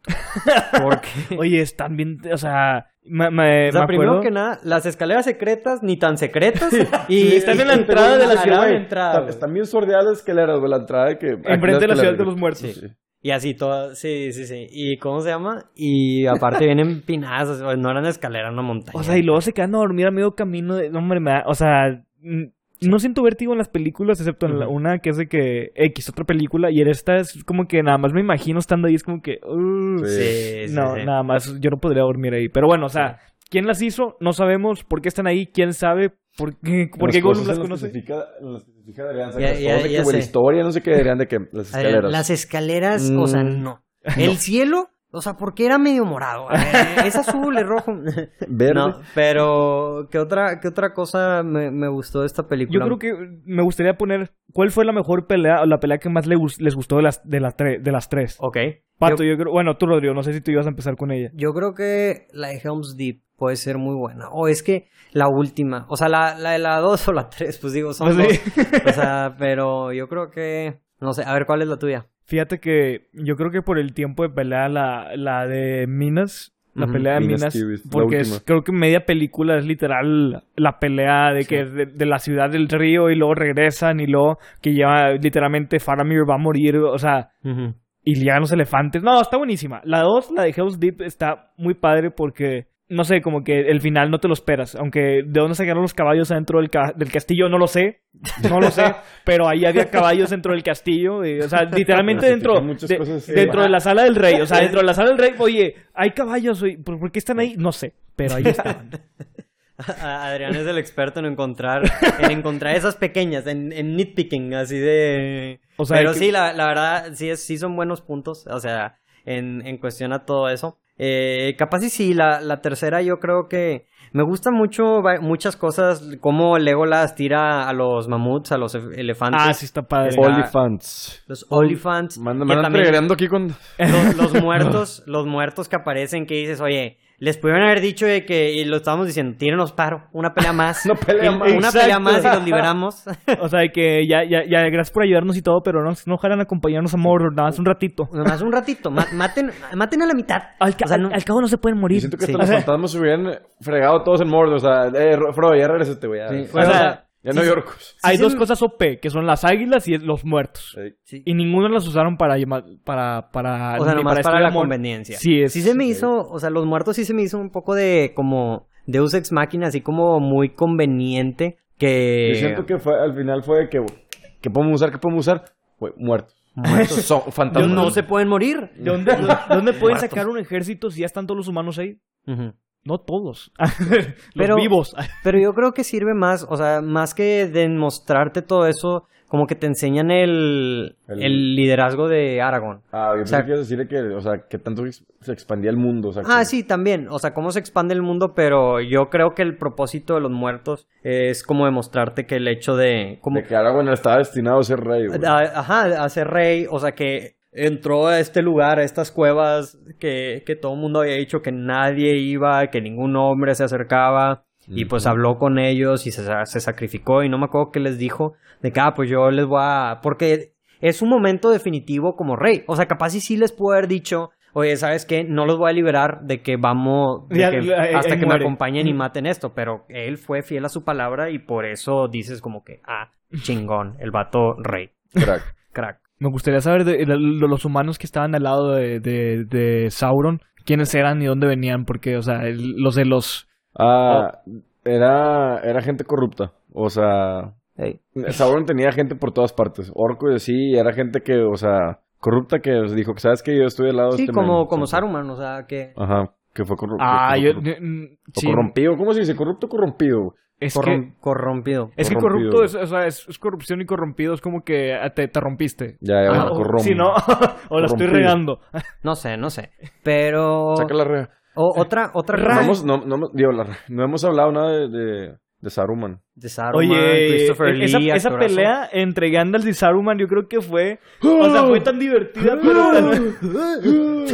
Speaker 1: Porque.
Speaker 3: oye, están bien, o sea, me, me-
Speaker 1: O sea,
Speaker 3: me
Speaker 1: primero
Speaker 3: acuerdo.
Speaker 1: que nada, las escaleras secretas ni tan secretas.
Speaker 3: Sí,
Speaker 1: y
Speaker 3: están en la
Speaker 2: este
Speaker 1: y-
Speaker 3: entrada de la
Speaker 1: al lado
Speaker 3: ciudad,
Speaker 1: de la
Speaker 3: güey.
Speaker 1: entrada,
Speaker 2: Está-
Speaker 1: güey.
Speaker 2: Están bien sordeadas las escaleras, güey, la entrada de que...
Speaker 3: Enfrente de la ciudad de los muertos.
Speaker 2: Sí.
Speaker 1: Y así todas, sí, sí, sí. ¿Y cómo se llama? Y aparte vienen pinazas, o no eran escaleras, una montaña.
Speaker 3: O sea, y luego se quedan a dormir a medio camino. de- no, hombre, me da- o sea, mm, no siento vértigo en las películas, excepto en la-
Speaker 1: Ujú.
Speaker 3: una que es de que X, otra película, y en esta es como que nada más me imagino estando ahí, es como que. uh,
Speaker 2: Sí.
Speaker 1: Sí, sí,
Speaker 3: no,
Speaker 1: sí.
Speaker 3: nada más, yo no podría dormir ahí. Pero bueno, o sea, ¿quién las hizo? No sabemos por qué están ahí, quién sabe por qué, por qué
Speaker 2: Las
Speaker 3: Gollum
Speaker 2: cosas en
Speaker 3: las
Speaker 2: las que
Speaker 3: conoce.
Speaker 2: se fija- en las que se fija deberían ser
Speaker 1: Ya-
Speaker 2: las
Speaker 1: ya-
Speaker 2: cosas de
Speaker 1: ya
Speaker 2: que, güey, la
Speaker 1: sé.
Speaker 2: historia, no sé qué deberían de que... Las
Speaker 1: A ver,
Speaker 2: escaleras.
Speaker 1: las escaleras, o sea,
Speaker 2: Mm.
Speaker 1: no. El cielo, o sea, porque era medio morado. A ver, es azul, es rojo.
Speaker 2: Verde.
Speaker 1: No, pero ¿qué otra, qué otra cosa me, me gustó de esta
Speaker 3: Yo
Speaker 1: película?
Speaker 3: creo que me gustaría poner cuál fue la mejor pelea o la pelea que más le gus- les gustó de las, de, las tre- de las tres.
Speaker 1: Ok.
Speaker 3: Pato,
Speaker 1: yo,
Speaker 3: yo creo. Bueno, tú, Rodrigo, no sé si tú ibas a empezar con ella.
Speaker 1: yo creo que la de Helm's Deep puede ser muy buena. O es que la última, o sea, la, la de la 2 o la 3, pues digo, son
Speaker 3: O sea,
Speaker 1: dos. O sea, pero yo creo que. No sé, a ver, ¿cuál es la tuya?
Speaker 3: Fíjate que yo creo que por el tiempo de pelea, la, la de Minas, la
Speaker 1: Ujú,
Speaker 3: pelea de
Speaker 2: Minas
Speaker 3: Minas,
Speaker 2: Tirith, la
Speaker 3: porque es-
Speaker 2: última.
Speaker 3: creo que media película es literal la pelea de que es de, de la ciudad del río y luego regresan y luego que lleva literalmente Faramir va a morir, o sea, y llegan los elefantes. No, está buenísima. La 2, la de House Deep, está muy padre porque, no sé, como que el final no te lo esperas. Aunque de dónde sacaron los caballos adentro del, ca- del castillo, no lo sé. No lo sé. pero ahí había caballos dentro del castillo. y, o sea, literalmente
Speaker 2: Se
Speaker 3: dentro,
Speaker 2: fijan muchas
Speaker 3: de-
Speaker 2: cosas, sí.
Speaker 3: dentro de la sala del rey. O sea, dentro de la sala del rey, oye, hay caballos. oye, ¿Por, por qué están ahí? No sé. Pero ahí estaban.
Speaker 1: Adrián es el experto en encontrar, en encontrar esas pequeñas, en, en nitpicking, así de.
Speaker 3: O sea,
Speaker 1: Pero
Speaker 3: que-
Speaker 1: sí, la, la verdad, sí, es, sí son buenos puntos. O sea, en, en cuestión a todo eso. Eh, capaz y sí, la, la tercera yo creo que me gusta mucho va- muchas cosas, como Legolas tira a los mamuts, a los e- elefantes,
Speaker 3: Ah, sí está padre.
Speaker 1: Está-
Speaker 2: Olifants.
Speaker 1: los olifants,
Speaker 2: Manda-
Speaker 1: que
Speaker 2: Me andan
Speaker 1: también-
Speaker 2: regañando aquí con...
Speaker 1: los, los muertos, los muertos que aparecen que dices, oye, les pudieron haber dicho de que, y lo estábamos diciendo, tírenos paro, una pelea más.
Speaker 2: Una pelea
Speaker 1: Y-
Speaker 2: más.
Speaker 1: Una pelea
Speaker 3: Exacto.
Speaker 1: más y los liberamos.
Speaker 3: O sea, de que ya, ya, ya, gracias por ayudarnos y todo, pero no, no jalan a acompañarnos a Mordor, nada más un ratito.
Speaker 1: Nomás un ratito, ma- maten, maten a la mitad.
Speaker 3: Al, ca-
Speaker 1: O sea, no-
Speaker 3: al- al cabo no se pueden
Speaker 2: Yo
Speaker 3: morir.
Speaker 2: siento que
Speaker 1: Sí.
Speaker 2: hasta los
Speaker 3: O sea-
Speaker 2: fantasmas se hubieran fregado todos en Mordor. O sea, eh, Ro- Frodo, ya regresaste, güey. Ya,
Speaker 1: Sí,
Speaker 2: Ya
Speaker 1: bueno,
Speaker 2: no-
Speaker 3: o sea,
Speaker 2: ya no hay orcos.
Speaker 3: Hay
Speaker 1: sí
Speaker 3: dos
Speaker 1: me-
Speaker 3: cosas OP, que son las águilas y los muertos.
Speaker 2: Sí.
Speaker 1: sí.
Speaker 3: Y ninguno las usaron para llamar, para, para...
Speaker 1: O sea,
Speaker 3: ni
Speaker 1: nomás para,
Speaker 3: estudiar
Speaker 1: la
Speaker 3: mon-
Speaker 1: conveniencia.
Speaker 3: Sí, es-
Speaker 1: se me hizo, o sea, los muertos sí se me hizo un poco de como Deus Ex Machina, así como muy conveniente que...
Speaker 2: Yo siento que fue, al final fue de que... güey, ¿Qué podemos usar? ¿Qué podemos usar? Güey, muertos.
Speaker 1: Muertos.
Speaker 2: Son
Speaker 1: Yo-
Speaker 2: fantasmas.
Speaker 1: no se pueden morir.
Speaker 3: ¿De dónde, de dónde pueden
Speaker 1: Muertos.
Speaker 3: sacar un ejército si ya están todos los humanos ahí?
Speaker 1: Ujú.
Speaker 3: No todos. los
Speaker 1: Pero-
Speaker 3: vivos.
Speaker 1: Pero yo creo que sirve más, o sea, más que demostrarte todo eso, como que te enseñan el,
Speaker 2: El-
Speaker 1: el liderazgo de Aragorn.
Speaker 2: Ah, yo
Speaker 1: O sea-
Speaker 2: pensé que ibas a decir que, o sea, que tanto ex- se expandía el mundo. O sea,
Speaker 1: Ah,
Speaker 2: que-
Speaker 1: sí, también. O sea, cómo se expande el mundo, pero yo creo que el propósito de los muertos es como demostrarte que el hecho de... Como,
Speaker 2: De que Aragorn estaba destinado a ser rey, güey.
Speaker 1: A- Ah, ajá, a ser rey, o sea que entró a este lugar, a estas cuevas que, que todo el mundo había dicho que nadie iba, que ningún hombre se acercaba. Y pues habló con ellos y se, sa- se sacrificó y no me acuerdo qué les dijo de que, ah, pues yo les voy a... Porque es un momento definitivo como rey. O sea, capaz y sí les puedo haber dicho, oye, ¿sabes qué? No los voy a liberar de que vamos... de
Speaker 3: Ya,
Speaker 1: que-
Speaker 3: la- ahí-
Speaker 1: hasta
Speaker 3: ahí
Speaker 1: que me
Speaker 3: muere.
Speaker 1: acompañen y maten esto. Pero él fue fiel a su palabra y por eso dices como que, ah, chingón, el vato rey
Speaker 2: Crack.
Speaker 1: crack.
Speaker 3: Me gustaría saber de, de los humanos que estaban al lado de, de- de Sauron, quiénes eran y dónde venían, porque, o sea, el- los de los...
Speaker 2: Ah, era, era gente corrupta. O sea, Sauron tenía gente por todas partes. Orco y así, y era gente que, o sea, corrupta que os dijo que, ¿sabes que Yo estoy al lado de
Speaker 1: Sí,
Speaker 2: este
Speaker 1: como,
Speaker 2: men".
Speaker 1: como
Speaker 2: O sea,
Speaker 1: Saruman, o sea, que...
Speaker 2: Ajá, que fue corrupto.
Speaker 3: Ah, yo...
Speaker 2: corrupto.
Speaker 3: mm,
Speaker 2: O
Speaker 3: sí,
Speaker 2: corrompido, ¿cómo se dice? ¿Corrupto o corrompido?
Speaker 3: es que...
Speaker 1: corrom- corrompido.
Speaker 3: Es que
Speaker 2: corrompido.
Speaker 3: corrupto es, o sea, es, es corrupción y corrompido es como que ah, te, te rompiste.
Speaker 2: Ya, ya,
Speaker 3: Ah,
Speaker 2: bueno,
Speaker 3: o-
Speaker 2: corrompo.
Speaker 3: Sí, ¿no? o la estoy
Speaker 2: Corrompido.
Speaker 3: regando.
Speaker 1: No sé, no sé. Pero...
Speaker 2: Saca la rea.
Speaker 1: O, otra, otra
Speaker 2: No
Speaker 1: rama
Speaker 2: hemos, no, no hemos- digo, la rea- no hemos hablado nada de, de, de Saruman.
Speaker 1: de Saruman,
Speaker 3: Oye, e-
Speaker 1: Christopher Lee,
Speaker 3: esa, esa
Speaker 1: actorazo.
Speaker 3: pelea entre Gandalf y Saruman yo creo que fue... O sea, fue tan divertida, pero tan-
Speaker 2: Ah.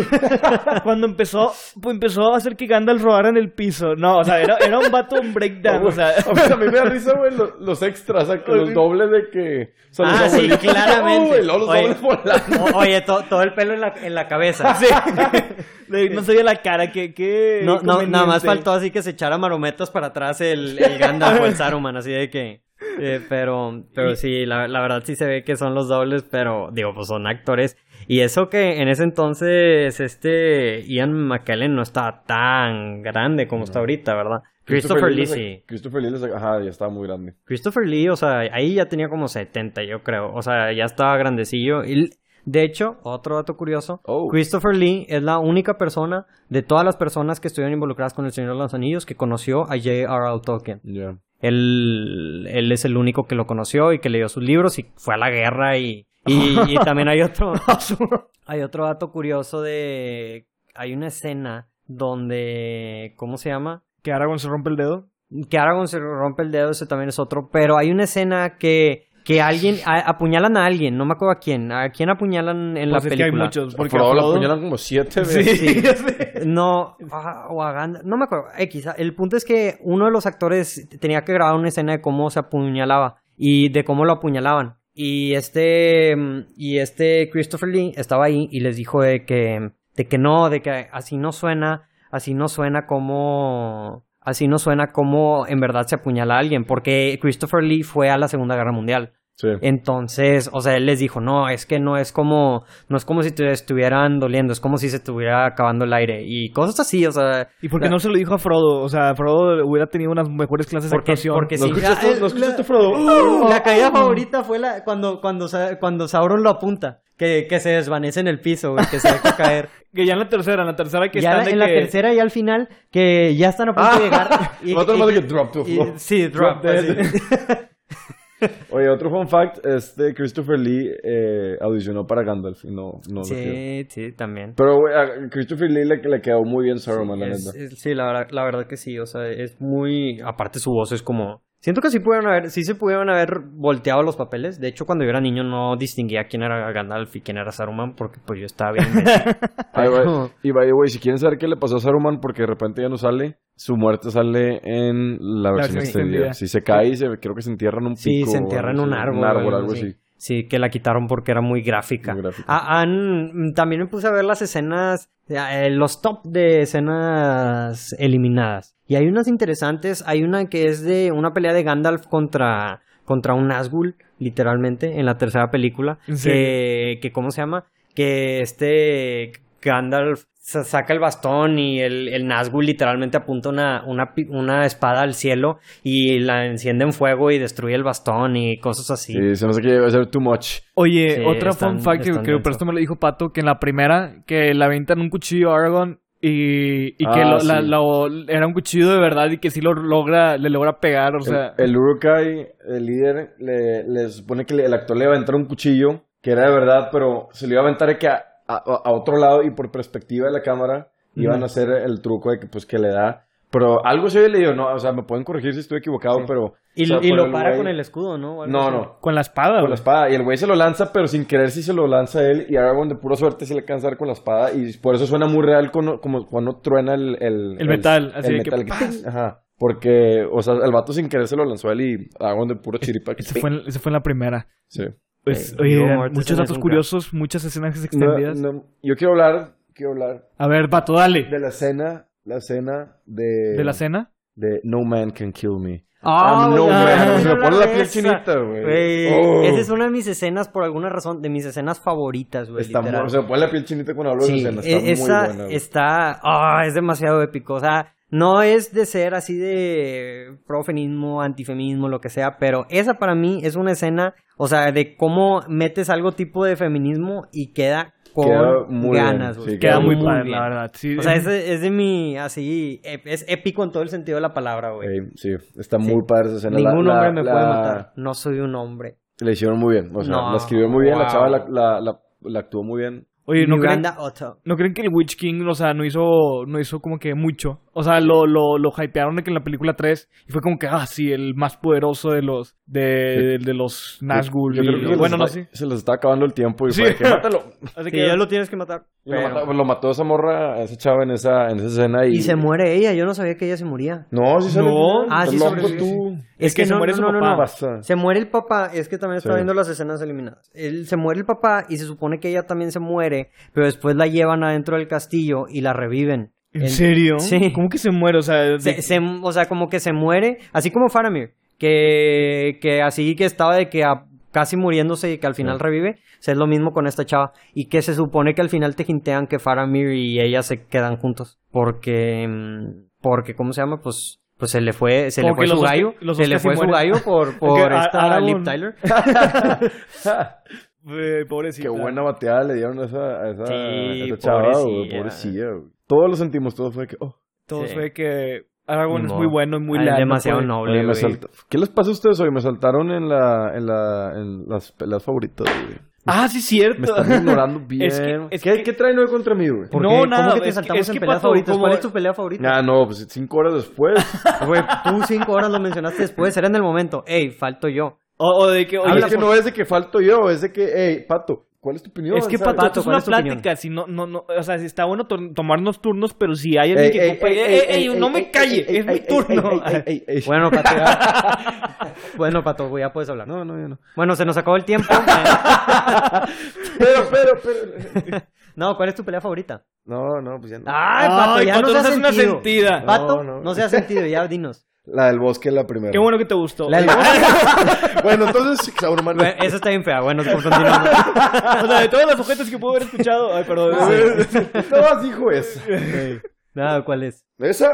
Speaker 3: cuando empezó, pues empezó a hacer que Gandalf robara en el piso. No, o sea, era, era un vato un breakdown, o sea...
Speaker 2: O sea, a mí me da risa, güey, lo- los, extras, o sea, que los dobles de que... O sea, los
Speaker 1: Ah, sí,
Speaker 2: abuelitos,
Speaker 1: claramente.
Speaker 2: güey, luego los
Speaker 1: Oye.
Speaker 2: dobles volando.
Speaker 1: O- oye, to- todo el pelo en la, en la cabeza.
Speaker 3: Sí. Le- No se veía la cara, que... que
Speaker 1: No, no, nada más
Speaker 3: conveniente.
Speaker 1: faltó así que se echara marometas para atrás el, el Gandalf o el Saruman, así de que... eh, pero, pero sí, la, la verdad sí se ve que son los dobles, pero digo, pues son actores. Y eso que en ese entonces este Ian McKellen no estaba tan grande como está ahorita, ¿verdad? Christopher Lee, sí.
Speaker 2: Christopher Lee, les- ajá, ya estaba muy grande.
Speaker 1: Christopher Lee, o sea, ahí ya tenía como 70, yo creo. O sea, ya estaba grandecillo. Y, l- de hecho, otro dato curioso,
Speaker 2: Oh.
Speaker 1: Christopher Lee es la única persona de todas las personas que estuvieron involucradas con El Señor de los Anillos que conoció a J.R.R. Tolkien.
Speaker 2: Ya.
Speaker 1: Él, él es el único que lo conoció y que leyó sus libros y fue a la guerra y, y, y también hay otro, hay otro dato curioso de, hay una escena donde, ¿cómo se llama?
Speaker 3: Que Aragorn se rompe el dedo.
Speaker 1: que Aragorn se rompe el dedo, ese también es otro, pero hay una escena que, que alguien, a- apuñalan a alguien, no me acuerdo a quién, a quién apuñalan en
Speaker 3: Pues
Speaker 1: la
Speaker 3: es que hay
Speaker 1: película.
Speaker 3: muchos.
Speaker 2: Por
Speaker 3: Porque
Speaker 2: Frodo lo
Speaker 3: Frodo-
Speaker 2: apuñalan como siete
Speaker 3: Sí,
Speaker 2: veces.
Speaker 3: ya sé.
Speaker 1: No, a- o a Gandalf, no me acuerdo, X, ah, el punto es que uno de los actores tenía que grabar una escena de cómo se apuñalaba y de cómo lo apuñalaban. Y este, mm, y este Christopher Lee estaba ahí y les dijo de que, de que no, de que así no suena, así no suena como, así no suena como en verdad se apuñala a alguien, porque Christopher Lee fue a la Segunda Guerra Mundial.
Speaker 2: Sí.
Speaker 1: Entonces, o sea, él les dijo, no, es que no es como, no es como si te estuvieran doliendo, es como si se estuviera acabando el aire y cosas así, o sea,
Speaker 3: ¿Y por qué
Speaker 1: La-
Speaker 3: no se lo dijo a Frodo? O sea, Frodo hubiera tenido unas mejores clases de
Speaker 1: porque,
Speaker 3: actuación.
Speaker 1: porque
Speaker 2: ¿No
Speaker 1: sí.
Speaker 2: escuchaste-
Speaker 1: Ah,
Speaker 2: no
Speaker 1: eh,
Speaker 2: escuchaste,
Speaker 1: la-
Speaker 2: Frodo?
Speaker 1: uh, La caída favorita fue la, cuando, cuando, Sa- cuando Sauron lo apunta, que, que se desvanece en el piso, güey, que se deja caer.
Speaker 3: Que ya en la tercera, en la tercera que
Speaker 1: ya
Speaker 3: están
Speaker 1: la-
Speaker 3: de
Speaker 1: en
Speaker 3: que...
Speaker 1: la tercera y al final, que ya están a punto de llegar. y-
Speaker 2: Otro
Speaker 1: y-
Speaker 2: más de que drop to
Speaker 1: y-
Speaker 2: floor.
Speaker 1: sí, drop. pues.
Speaker 2: Drop dead.
Speaker 1: así.
Speaker 2: Oye, otro fun fact, este Christopher Lee eh, audicionó para Gandalf y no, no lo quedó.
Speaker 1: Sí, sí, también.
Speaker 2: Pero güey, a Christopher Lee le, le quedó muy bien Saruman, la
Speaker 1: Es-
Speaker 2: neta.
Speaker 1: es- sí, la verdad, la verdad que sí. O sea, es muy. Aparte, su voz es como. Siento que sí pudieron haber, sí se pudieron haber volteado los papeles. De hecho, cuando yo era niño no distinguía quién era Gandalf y quién era Saruman, porque pues yo estaba bien.
Speaker 2: Ay, güey.
Speaker 1: Pero-
Speaker 2: Y by the way, si quieren saber qué le pasó a Saruman, porque de repente ya no sale, su muerte sale en la versión
Speaker 3: versión
Speaker 2: extendida.
Speaker 3: extendida.
Speaker 2: Si se cae, y se, creo que se entierra en un
Speaker 1: Sí,
Speaker 2: pico.
Speaker 1: se
Speaker 2: o
Speaker 1: entierra en
Speaker 2: algo
Speaker 1: un
Speaker 2: así,
Speaker 1: árbol.
Speaker 2: Un árbol,
Speaker 1: algo
Speaker 2: algo
Speaker 1: así.
Speaker 2: así.
Speaker 1: Sí, que la quitaron porque era muy gráfica.
Speaker 2: Muy gráfica.
Speaker 1: Ah, ah, mm, también me puse a ver las escenas, eh, los top de escenas eliminadas. Y hay unas interesantes. Hay una que es de una pelea de Gandalf contra, contra un Nazgul, literalmente, en la tercera película.
Speaker 3: ¿En
Speaker 1: Que, que, ¿cómo se llama? Que este Gandalf sa- saca el bastón y el, el Nazgul literalmente apunta una, una, pi- una espada al cielo y la enciende en fuego y destruye el bastón y cosas así.
Speaker 2: Sí, se me hace que va a ser too much.
Speaker 3: Oye,
Speaker 1: Sí,
Speaker 3: otra
Speaker 1: están-
Speaker 3: fun fact que,
Speaker 1: están
Speaker 3: que
Speaker 1: denso.
Speaker 3: por esto me lo dijo Pato, que en la primera, que le aventan un cuchillo a Aragorn y, y que
Speaker 2: Ah,
Speaker 3: lo- la-
Speaker 2: sí.
Speaker 3: lo- era un cuchillo de verdad y que sí lo logra, le logra pegar, o sea...
Speaker 2: el, el Urukai, el líder, le, le supone que le- el actor le iba a aventar un cuchillo, que era de verdad, pero se lo iba a aventar de que a, a- a otro lado y por perspectiva de la cámara iban
Speaker 3: Ujú.
Speaker 2: a hacer el truco de que pues que le da. Pero algo se oye y le digo, no, o sea, me pueden corregir si estoy equivocado,
Speaker 1: Sí.
Speaker 2: pero...
Speaker 1: Y,
Speaker 2: o sea,
Speaker 1: y
Speaker 2: por
Speaker 1: lo para
Speaker 2: güey-
Speaker 1: con el escudo, ¿no? O algo
Speaker 2: No,
Speaker 1: así.
Speaker 2: no.
Speaker 3: Con la espada,
Speaker 2: Con la
Speaker 3: güey.
Speaker 2: espada. Y el güey se lo lanza, pero sin querer si se lo lanza él. Y Aragorn de pura suerte se le alcanza a dar con la espada. Y por eso suena muy real con- como cuando truena el... El,
Speaker 3: El metal, así
Speaker 2: el
Speaker 3: de que
Speaker 2: metal
Speaker 3: ¡paz!
Speaker 2: ¡ting! Ajá. Porque, o sea, el vato sin querer se lo lanzó a él y Aragorn de puro chiripa. que
Speaker 3: Ese
Speaker 2: ¡ping!
Speaker 3: fue, en- ese fue en la primera.
Speaker 2: Sí.
Speaker 3: Pues,
Speaker 1: Eh,
Speaker 3: oye,
Speaker 1: Viggo
Speaker 3: eran
Speaker 1: Mortensen
Speaker 3: muchos
Speaker 1: es
Speaker 3: datos
Speaker 1: un
Speaker 3: curiosos, muchas escenas
Speaker 2: No,
Speaker 3: extendidas.
Speaker 2: no, yo quiero hablar, quiero hablar
Speaker 3: A ver, Pato, dale.
Speaker 2: de la escena, la escena de...
Speaker 3: ¿De la cena?
Speaker 2: De No Man Can Kill Me.
Speaker 1: Ah,
Speaker 2: I'm no
Speaker 1: güey,
Speaker 2: man.
Speaker 1: ah,
Speaker 2: Se me
Speaker 1: hablar
Speaker 2: pone la
Speaker 1: de
Speaker 2: piel
Speaker 1: esa.
Speaker 2: chinita, güey.
Speaker 1: Güey,
Speaker 2: Oh.
Speaker 1: Esa es una de mis escenas, por alguna razón, de mis escenas favoritas, güey.
Speaker 2: Está
Speaker 1: literal.
Speaker 2: muy- se me pone la piel chinita cuando hablo de
Speaker 1: Sí,
Speaker 2: esa escena.
Speaker 1: e-
Speaker 2: Está
Speaker 1: esa
Speaker 2: muy buena, güey.
Speaker 1: está. ah, es demasiado épico. O sea, no es de ser así de profenismo, antifeminismo, lo que sea, pero esa para mí es una escena, o sea, de cómo metes algo tipo de feminismo y queda con
Speaker 2: Queda muy
Speaker 1: ganas,
Speaker 2: bien,
Speaker 1: güey.
Speaker 2: sí,
Speaker 3: Queda
Speaker 2: Queda
Speaker 3: muy,
Speaker 2: muy
Speaker 3: padre,
Speaker 1: bien.
Speaker 3: la verdad. Sí,
Speaker 1: O sea,
Speaker 3: eh,
Speaker 1: es de, es de mi, así, ep- es épico en todo el sentido de la palabra, güey.
Speaker 2: Ey, sí, está
Speaker 1: Sí.
Speaker 2: muy padre Eh, esa escena. La-
Speaker 1: Ningún
Speaker 2: la-
Speaker 1: hombre me
Speaker 2: la-
Speaker 1: puede matar. No soy un hombre.
Speaker 2: La hicieron muy bien. O sea,
Speaker 1: No,
Speaker 2: la escribió muy bien, la
Speaker 1: wow.
Speaker 2: chava la, la, la- la actuó muy bien.
Speaker 3: Oye, ¿no creen,
Speaker 1: Miranda Otto.
Speaker 3: ¿no creen que el Witch King, o sea, no hizo, no hizo como que mucho? O sea, lo, lo, lo hypearon de que en la película 3 y fue como que, ah, sí, el más poderoso de los, de, de, de los Nazgûl.
Speaker 2: Yo
Speaker 3: y
Speaker 2: creo que
Speaker 3: los-
Speaker 2: se les
Speaker 3: bueno, no
Speaker 2: está-
Speaker 3: sé.
Speaker 2: Se les está acabando el tiempo y
Speaker 3: Sí.
Speaker 2: fue de que mátalo.
Speaker 3: Así
Speaker 1: Que ya lo tienes que matar.
Speaker 2: Y lo,
Speaker 1: Pero-
Speaker 2: mata- lo mató esa morra, esa chava en esa, en esa escena. Y,
Speaker 1: Y se muere ella. Yo no sabía que ella se moría.
Speaker 2: No, sí sale.
Speaker 3: No.
Speaker 2: bien.
Speaker 1: Ah,
Speaker 2: Estás
Speaker 1: sí
Speaker 2: loco
Speaker 1: sobrevivió,
Speaker 2: tú.
Speaker 3: Es que se muere su papá. Ah.
Speaker 2: Basta.
Speaker 1: Se muere el papá, es que también estaba
Speaker 2: Sí.
Speaker 1: viendo las escenas eliminadas. Él, se muere el papá y se supone que ella también se muere, pero después la llevan adentro del castillo y la reviven.
Speaker 3: ¿En
Speaker 1: El-
Speaker 3: serio?
Speaker 1: Sí.
Speaker 3: ¿Cómo que se muere? O sea, de-
Speaker 1: Se- se- o sea, como que se muere, así como Faramir, que, que así que estaba de que a- casi muriéndose y que al final
Speaker 2: Sí.
Speaker 1: revive, o sea, es lo mismo con esta chava. Y que se supone que al final te jintean que Faramir y ella se quedan juntos. Porque, mm, porque ¿cómo se llama? Pues, pues se le fue, se le
Speaker 3: Como que
Speaker 1: fue
Speaker 3: los
Speaker 1: su
Speaker 3: dos-
Speaker 1: gallo,
Speaker 3: los
Speaker 1: se
Speaker 3: dos
Speaker 1: le
Speaker 3: casi
Speaker 1: fue su
Speaker 3: mueren.
Speaker 1: gallo por, por
Speaker 3: a-
Speaker 1: esta
Speaker 3: Aragorn.
Speaker 1: Liv Tyler.
Speaker 3: Eh, pobrecita.
Speaker 2: Qué buena bateada le dieron a esa, a esa,
Speaker 1: Sí,
Speaker 2: a esa chava, güey.
Speaker 1: pobrecilla.
Speaker 2: Pobrecilla, güey. Todos lo sentimos, todos fue de que, oh.
Speaker 3: Todos
Speaker 1: Sí.
Speaker 3: fue que Aragorn
Speaker 1: Ni
Speaker 3: es
Speaker 1: modo.
Speaker 3: muy bueno y muy pues.
Speaker 1: Ah,
Speaker 3: leal. no
Speaker 1: demasiado
Speaker 3: puede-
Speaker 1: noble,
Speaker 2: Oye, me
Speaker 1: güey.
Speaker 2: salta- ¿Qué les pasa a ustedes hoy? Me saltaron en la en la en las peleas favoritas, güey.
Speaker 3: Ah, sí,
Speaker 2: Me
Speaker 3: cierto.
Speaker 2: están ignorando bien.
Speaker 3: Es que- es
Speaker 2: ¿Qué,
Speaker 3: que-
Speaker 2: qué traen hoy contra mí, güey?
Speaker 1: ¿Por
Speaker 3: No,
Speaker 1: qué?
Speaker 3: nada,
Speaker 1: ¿Cómo que te
Speaker 3: es que-
Speaker 1: saltamos
Speaker 3: es que,
Speaker 1: en peleas
Speaker 3: Pato,
Speaker 1: favoritas?
Speaker 3: como-
Speaker 1: ¿Cuál es tu pelea favorita?
Speaker 2: Ah, no, pues cinco horas después.
Speaker 1: Güey, tú cinco horas lo mencionaste después, era en el momento. Ey, falto yo.
Speaker 3: o, o de que, oye,
Speaker 2: Ah, es
Speaker 3: habla
Speaker 2: que
Speaker 3: por-
Speaker 2: no es de que falto yo, es de que, hey, Pato, ¿cuál es tu opinión?
Speaker 3: Es que
Speaker 2: ¿Sabes?
Speaker 3: Pato, esto es
Speaker 1: ¿cuál
Speaker 3: una
Speaker 1: es tu opinión?
Speaker 3: plática, si no, no, no, o sea, si está bueno to- tomarnos turnos, pero si hay
Speaker 1: Eh,
Speaker 3: alguien
Speaker 2: Ey,
Speaker 3: que
Speaker 2: ey,
Speaker 3: ocupa-
Speaker 2: ey,
Speaker 3: ¡Ey,
Speaker 2: ey,
Speaker 3: ey,
Speaker 2: ey,
Speaker 3: no
Speaker 2: ey,
Speaker 3: me
Speaker 2: ey,
Speaker 3: calle,
Speaker 2: ey, ey,
Speaker 3: es mi
Speaker 2: ey,
Speaker 3: turno.
Speaker 2: ey, ey, ey, ey.
Speaker 1: Bueno, Pato, ya- bueno, Pato, güey, ya puedes hablar.
Speaker 2: No, no, yo no.
Speaker 1: Bueno, se nos acabó el tiempo.
Speaker 2: Pero, pero, pero.
Speaker 1: no, ¿cuál es tu pelea favorita?
Speaker 2: No, no, pues ya no.
Speaker 1: Ay, Pato, Ah, ya
Speaker 3: Pato,
Speaker 1: no se
Speaker 3: esa
Speaker 1: ha
Speaker 3: es una
Speaker 1: sentido.
Speaker 3: sentida.
Speaker 1: Pato,
Speaker 2: No, no.
Speaker 1: no, se ha sentido, ya dinos.
Speaker 2: La del bosque es la primera.
Speaker 3: Qué bueno que te gustó.
Speaker 1: La del
Speaker 2: Bueno, entonces, Sauroman.
Speaker 1: Bueno, Eso está bien fea, bueno, pues continuamos.
Speaker 3: o sea, de todas las sujetas que puedo haber escuchado. Ay, perdón.
Speaker 1: Ah,
Speaker 2: No más dijo esa.
Speaker 1: No, Ah, ¿cuál es?
Speaker 2: ¿Esa?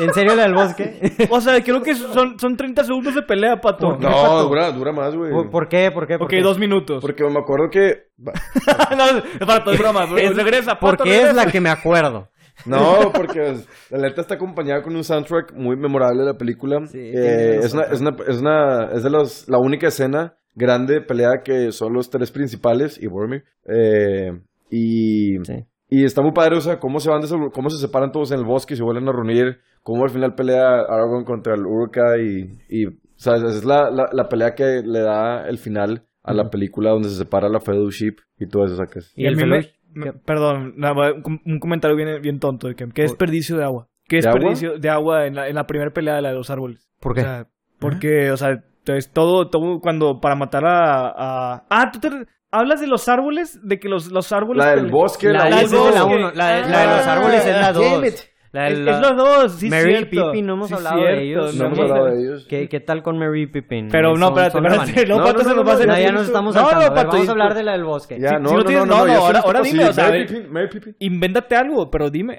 Speaker 1: ¿En serio la del bosque?
Speaker 3: O sea, creo que son, son 30 segundos de pelea, Pato.
Speaker 1: ¿Por qué, Pato?
Speaker 2: No, dura, dura más, güey.
Speaker 1: ¿Por por qué? ¿Por qué? ¿Por
Speaker 3: Ok,
Speaker 1: qué?
Speaker 3: dos minutos.
Speaker 2: Porque me acuerdo que.
Speaker 3: no, es para todo es broma.
Speaker 1: Es-
Speaker 3: regresa, Pato,
Speaker 1: Porque es
Speaker 3: regresa.
Speaker 1: la que me acuerdo.
Speaker 2: No, porque pues, la neta está acompañada con un soundtrack muy memorable de la película.
Speaker 1: Sí,
Speaker 2: Eh,
Speaker 1: tiene un
Speaker 2: es, una, es, una, es una- es de los, la única escena grande de pelea que son los tres principales y Boromir. Eh, y,
Speaker 1: Sí.
Speaker 2: y está muy padre, o sea, cómo se van, desab- cómo se separan todos en el bosque y se vuelven a reunir. Cómo al final pelea Aragorn contra el Urca y, y o sea, esa es la, la, la pelea que le da el final a la película donde se separa la fellowship y todo eso, sacas.
Speaker 1: Y el
Speaker 3: a mí me-
Speaker 1: fellow-
Speaker 3: me-
Speaker 1: ¿Qué?
Speaker 3: Perdón, nada más, un com- un comentario bien, bien tonto. de que- ¿Qué desperdicio de agua? ¿Qué
Speaker 2: ¿De agua?
Speaker 3: desperdicio de agua en la, en la primera pelea de la de los árboles?
Speaker 1: ¿Por qué?
Speaker 3: O sea, porque, o sea, entonces todo, todo cuando para matar a... a- Ah, tú te- hablas de los árboles, de que los, los árboles...
Speaker 2: La del
Speaker 3: pele-
Speaker 2: bosque,
Speaker 1: La,
Speaker 3: La
Speaker 1: esa
Speaker 3: del
Speaker 1: es de la
Speaker 3: bosque.
Speaker 1: uno, la de,
Speaker 3: Ah,
Speaker 1: la de los árboles es la
Speaker 2: damn
Speaker 1: 2.
Speaker 2: it.
Speaker 1: La de
Speaker 3: Es,
Speaker 1: la-
Speaker 3: es los dos, sí,
Speaker 1: Mary
Speaker 3: cierto.
Speaker 1: y Pippin, no hemos
Speaker 3: Sí,
Speaker 1: hablado de
Speaker 3: cierto,
Speaker 1: ellos.
Speaker 2: No hemos
Speaker 1: hemos-
Speaker 2: hablado de ellos.
Speaker 1: ¿Qué, ¿Qué tal con Mary y Pippin?
Speaker 3: Pero no,
Speaker 1: Son-
Speaker 3: espérate,
Speaker 1: son
Speaker 3: espérate.
Speaker 1: hermanos.
Speaker 3: No,
Speaker 2: No,
Speaker 3: Pato,
Speaker 2: no,
Speaker 3: se
Speaker 2: no,
Speaker 3: nos va a
Speaker 2: no,
Speaker 3: hacer
Speaker 1: No, ya
Speaker 3: difícil.
Speaker 1: nos estamos
Speaker 3: No, no,
Speaker 1: saltando. A ver,
Speaker 3: Pato,
Speaker 1: vamos
Speaker 3: y-
Speaker 1: a hablar de la del bosque.
Speaker 2: Ya,
Speaker 3: Si-
Speaker 2: no,
Speaker 3: si no
Speaker 2: no, no,
Speaker 3: tienes-
Speaker 2: no,
Speaker 3: no,
Speaker 2: yo
Speaker 3: no,
Speaker 2: sí
Speaker 3: ahora- ahora
Speaker 2: estoy
Speaker 3: dime, o sea,
Speaker 2: posible. Mary Pippin, Mary Pippin.
Speaker 3: Invéntate algo, pero
Speaker 2: Eh,
Speaker 3: dime.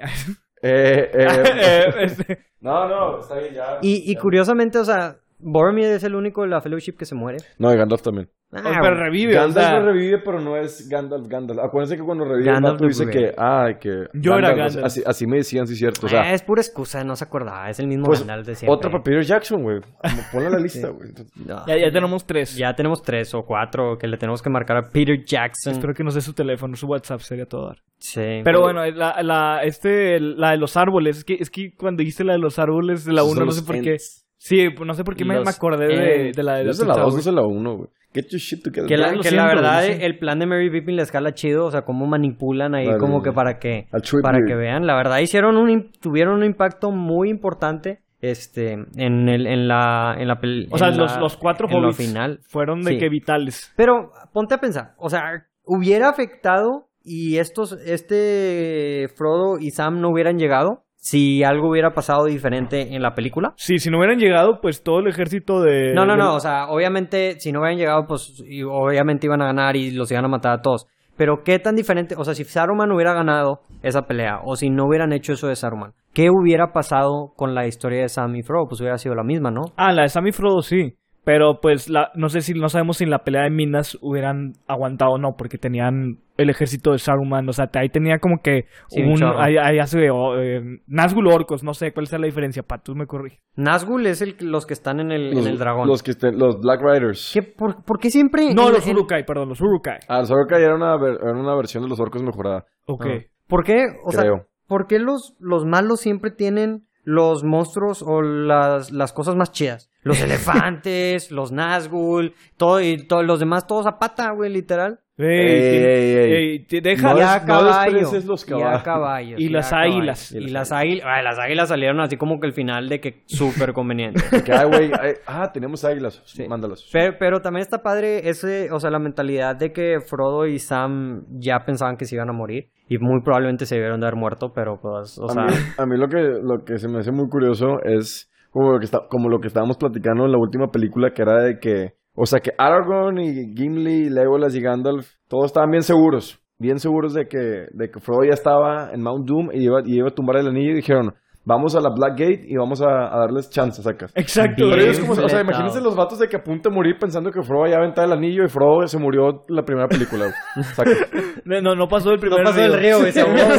Speaker 2: eh,
Speaker 3: Eh, este,
Speaker 2: no, no, está bien, ya.
Speaker 1: Y, y curiosamente, o sea, Boromir es el único de la Fellowship que se muere.
Speaker 2: No, y Gandalf también.
Speaker 1: Ah,
Speaker 3: Oh, pero revive, o
Speaker 2: Gandalf
Speaker 3: sea,
Speaker 2: lo revive, pero no es Gandalf, Gandalf. Acuérdense que cuando revive, el
Speaker 1: Gandalf
Speaker 2: vato
Speaker 1: lo
Speaker 2: dice
Speaker 1: revive.
Speaker 2: que, ah, que...
Speaker 3: Yo era
Speaker 2: o sea,
Speaker 3: Gandalf.
Speaker 2: Así, así me decían, sí, cierto. O
Speaker 1: eh,
Speaker 2: sea,
Speaker 1: es pura excusa, no se acordaba. Es el mismo
Speaker 2: pues,
Speaker 1: Gandalf de siempre.
Speaker 2: otra para Peter Jackson, güey. Como Ponla en la lista, güey. Entonces,
Speaker 1: Ah,
Speaker 3: ya, ya tenemos tres.
Speaker 1: ya tenemos tres o cuatro que le tenemos que marcar a Peter Jackson.
Speaker 3: Espero que nos dé su teléfono, su WhatsApp sería todo dar.
Speaker 1: Sí.
Speaker 3: Pero bueno, eh, la, la, este, la de los árboles, es que, es que cuando dijiste la de los árboles, la
Speaker 2: Esos
Speaker 3: uno
Speaker 2: son
Speaker 3: no sé
Speaker 2: los
Speaker 3: por qué.
Speaker 2: Ents.
Speaker 3: Sí, pues, no sé por qué me,
Speaker 1: Los
Speaker 3: me acordé de,
Speaker 1: Ents.
Speaker 3: de la de
Speaker 2: Yo
Speaker 3: los
Speaker 2: soy la 2, yo
Speaker 3: árboles.
Speaker 2: soy la 1, güey. Get your shit together.
Speaker 1: Que la,
Speaker 3: lo
Speaker 1: que
Speaker 3: siento,
Speaker 1: la verdad,
Speaker 3: lo siento.
Speaker 1: el plan de Mary Pippin les jala chido, o sea, cómo manipulan ahí
Speaker 2: Al-
Speaker 1: como que para que
Speaker 2: al Trip
Speaker 1: para
Speaker 2: Beard.
Speaker 1: que vean, la verdad hicieron un im- tuvieron un impacto muy importante este en el en la en la pel-
Speaker 3: O sea,
Speaker 1: en
Speaker 3: los,
Speaker 1: la-
Speaker 3: los cuatro
Speaker 1: en lo
Speaker 3: hobbits
Speaker 1: final.
Speaker 3: fueron de
Speaker 1: Sí.
Speaker 3: que vitales.
Speaker 1: Pero ponte a pensar, o sea, hubiera afectado y estos, este Frodo y Sam no hubieran llegado si algo hubiera pasado diferente en la película.
Speaker 3: Sí, si no hubieran llegado, pues todo el ejército de...
Speaker 1: No, no, no,
Speaker 3: de-
Speaker 1: o sea, obviamente si no hubieran llegado, pues y- obviamente iban a ganar y los iban a matar a todos. Pero qué tan diferente, o sea, si Saruman hubiera ganado esa pelea o si no hubieran hecho eso de Saruman, ¿qué hubiera pasado con la historia de Sam y Frodo? Pues hubiera sido la misma, ¿no?
Speaker 3: Ah, la de Sam y Frodo sí. Pero pues la, no sé si no sabemos si en la pelea de Minas hubieran aguantado o no, porque tenían el ejército de Saruman, o sea, ahí tenía como que
Speaker 1: Sí, un
Speaker 3: un
Speaker 1: chorro.
Speaker 3: ahí, ahí hace oh, eh, Nazgûl o Orcos, no sé cuál sea la diferencia, Pat, tú me corriges.
Speaker 1: Nazgûl es el, los que están en el, en el dragón.
Speaker 2: Los, que estén, los Black Riders.
Speaker 1: ¿Qué- por, por qué siempre?
Speaker 3: No,
Speaker 1: en-
Speaker 3: los
Speaker 1: en-
Speaker 3: Urukai, perdón, los Urukai.
Speaker 2: Ah, solo que era una, ver- era una versión de los orcos mejorada,
Speaker 3: Ok.
Speaker 1: Ah. ¿Por qué? O sea,
Speaker 2: creo.
Speaker 1: ¿por qué los, los malos siempre tienen los monstruos o las, las cosas más chidas? Los elefantes, los Nazgûl, todo, y todos los demás, todos a pata, güey, literal.
Speaker 3: Ey,
Speaker 2: Ey,
Speaker 1: Eh,
Speaker 3: ti-
Speaker 2: ey, ey.
Speaker 3: ey, ti- deja.
Speaker 2: No
Speaker 1: y a
Speaker 2: des- no
Speaker 1: caballo.
Speaker 2: desprecies los
Speaker 1: y a
Speaker 2: caballos.
Speaker 1: caballos,
Speaker 3: Y
Speaker 1: a
Speaker 3: las
Speaker 1: caballos.
Speaker 3: águilas.
Speaker 1: Y las águilas. Ay, las águilas salieron así como que el final de que súper conveniente.
Speaker 2: Que, ay, güey, ay, ah, tenemos águilas. Mándalos.
Speaker 1: Pero, pero también está padre ese, o sea, la mentalidad de que Frodo y Sam ya pensaban que se iban a morir. Y muy probablemente se debieron de haber muerto, pero pues, o
Speaker 2: a,
Speaker 1: sea.
Speaker 2: mí, a mí lo que lo que se me hace muy curioso es como lo que está, como lo que estábamos platicando en la última película que era de que o sea que Aragorn y Gimli, Legolas y Gandalf todos estaban bien seguros, bien seguros de que de que Frodo ya estaba en Mount Doom y iba, y iba a tumbar el anillo y dijeron vamos a la Black Gate y vamos a, a darles chance, sacas.
Speaker 3: Exacto.
Speaker 1: Bien.
Speaker 2: Pero ellos como- o sea,
Speaker 1: fletados.
Speaker 2: imagínense los vatos de que apunta a morir pensando que Frodo ya aventaba el anillo y Frodo se murió la primera película. güey. Sacas.
Speaker 3: No, no pasó el
Speaker 1: No
Speaker 3: primer
Speaker 1: pasó el río, güey. se ahogó, güey.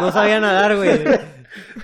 Speaker 1: No sabía nadar, güey.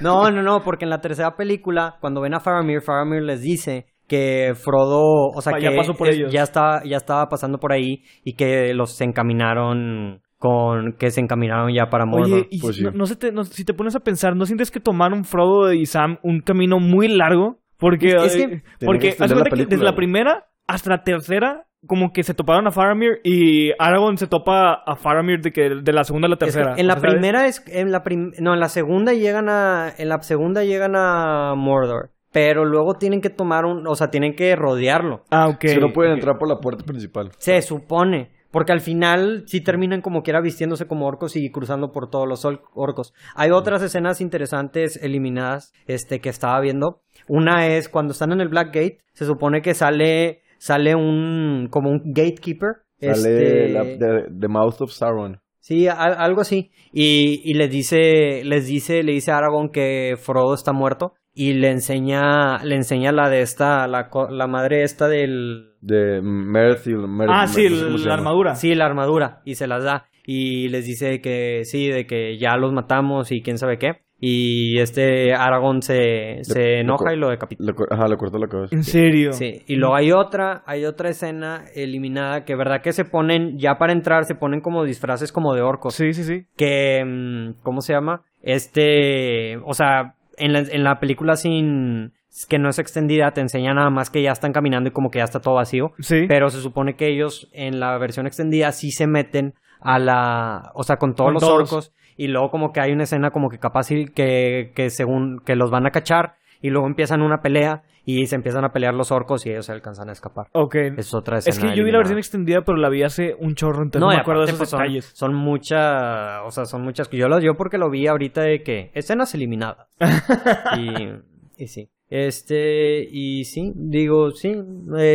Speaker 1: No, no, no, porque en la tercera película, cuando ven a Faramir, Faramir les dice que Frodo, o sea,
Speaker 3: Ah,
Speaker 1: que
Speaker 3: ya pasó por
Speaker 1: es-
Speaker 3: ellos.
Speaker 1: ya estaba, ya estaba pasando por ahí y que los encaminaron con, que se encaminaron ya para Mordor.
Speaker 3: Oye, y
Speaker 2: Pues
Speaker 3: no,
Speaker 2: sí.
Speaker 3: no se te- no- si te pones a pensar, ¿no sientes que tomaron Frodo y Sam un camino muy largo? Porque,
Speaker 1: Es- es que-
Speaker 3: eh,
Speaker 1: Tenían
Speaker 2: que
Speaker 3: porque haz
Speaker 2: extender
Speaker 3: cuenta
Speaker 2: la
Speaker 3: que
Speaker 2: película,
Speaker 3: desde la
Speaker 2: güey.
Speaker 3: primera hasta la tercera, como que se toparon a Faramir y Aragorn se topa a Faramir de, que, de la segunda a la
Speaker 1: Es que
Speaker 3: tercera.
Speaker 1: en la
Speaker 3: O sea,
Speaker 1: primera es, en la prim- no, en la segunda llegan a, en la segunda llegan a Mordor, pero luego tienen que tomar un, o sea, tienen que rodearlo.
Speaker 3: Ah, ok.
Speaker 2: Si no pueden entrar por la puerta principal.
Speaker 1: Se supone. Porque al final sí terminan como quiera vistiéndose como orcos y cruzando por todos los ol- orcos. Hay otras escenas interesantes eliminadas este, que estaba viendo. Una es cuando están en el Black Gate, se supone que sale, sale un, como un gatekeeper.
Speaker 2: Sale
Speaker 1: este,
Speaker 2: la- de- The Mouth of Sauron.
Speaker 1: Sí, a- algo así. Y, y les dice, les dice, le dice a Aragorn que Frodo está muerto. Y le enseña, le enseña la de esta, la, co- la madre esta del,
Speaker 2: De Merthil. Mer-
Speaker 3: Ah, sí,
Speaker 2: no sé cómo se
Speaker 3: la
Speaker 2: llama.
Speaker 3: armadura.
Speaker 1: Sí, la armadura. Y se las da. Y les dice que sí, de que ya los matamos y quién sabe qué. Y este Aragón se, se
Speaker 2: lo
Speaker 1: enoja
Speaker 2: co-
Speaker 1: y lo decapita.
Speaker 2: Le cor- ajá, le cortó la cabeza.
Speaker 3: En serio.
Speaker 1: Sí, y luego hay otra, hay otra escena eliminada que verdad que se ponen, ya para entrar, se ponen como disfraces como de orcos.
Speaker 3: Sí, sí, sí.
Speaker 1: que mm, ¿cómo se llama? Este, o sea, en la, en la película sin que no es extendida te enseña nada más que ya están caminando y como que ya está todo vacío,
Speaker 3: Sí.
Speaker 1: pero se supone que ellos en la versión extendida sí se meten a la, o sea, con todos
Speaker 3: Con
Speaker 1: los
Speaker 3: todos.
Speaker 1: orcos y luego como que hay una escena como que capaz y que que según que los van a cachar y luego empiezan una pelea y se empiezan a pelear los orcos y ellos se alcanzan a escapar.
Speaker 3: ok.
Speaker 1: Es otra escena.
Speaker 3: Mm. Es que yo vi
Speaker 1: eliminada.
Speaker 3: la versión extendida, pero la vi hace un chorro, entonces no,
Speaker 1: y
Speaker 3: me acuerdo de
Speaker 1: aparte,
Speaker 3: esos
Speaker 1: pues, son-
Speaker 3: detalles.
Speaker 1: Son, muchas, o sea, son muchas que yo las yo porque lo vi ahorita de que escenas eliminadas. y, y sí. Este, y sí, digo, sí,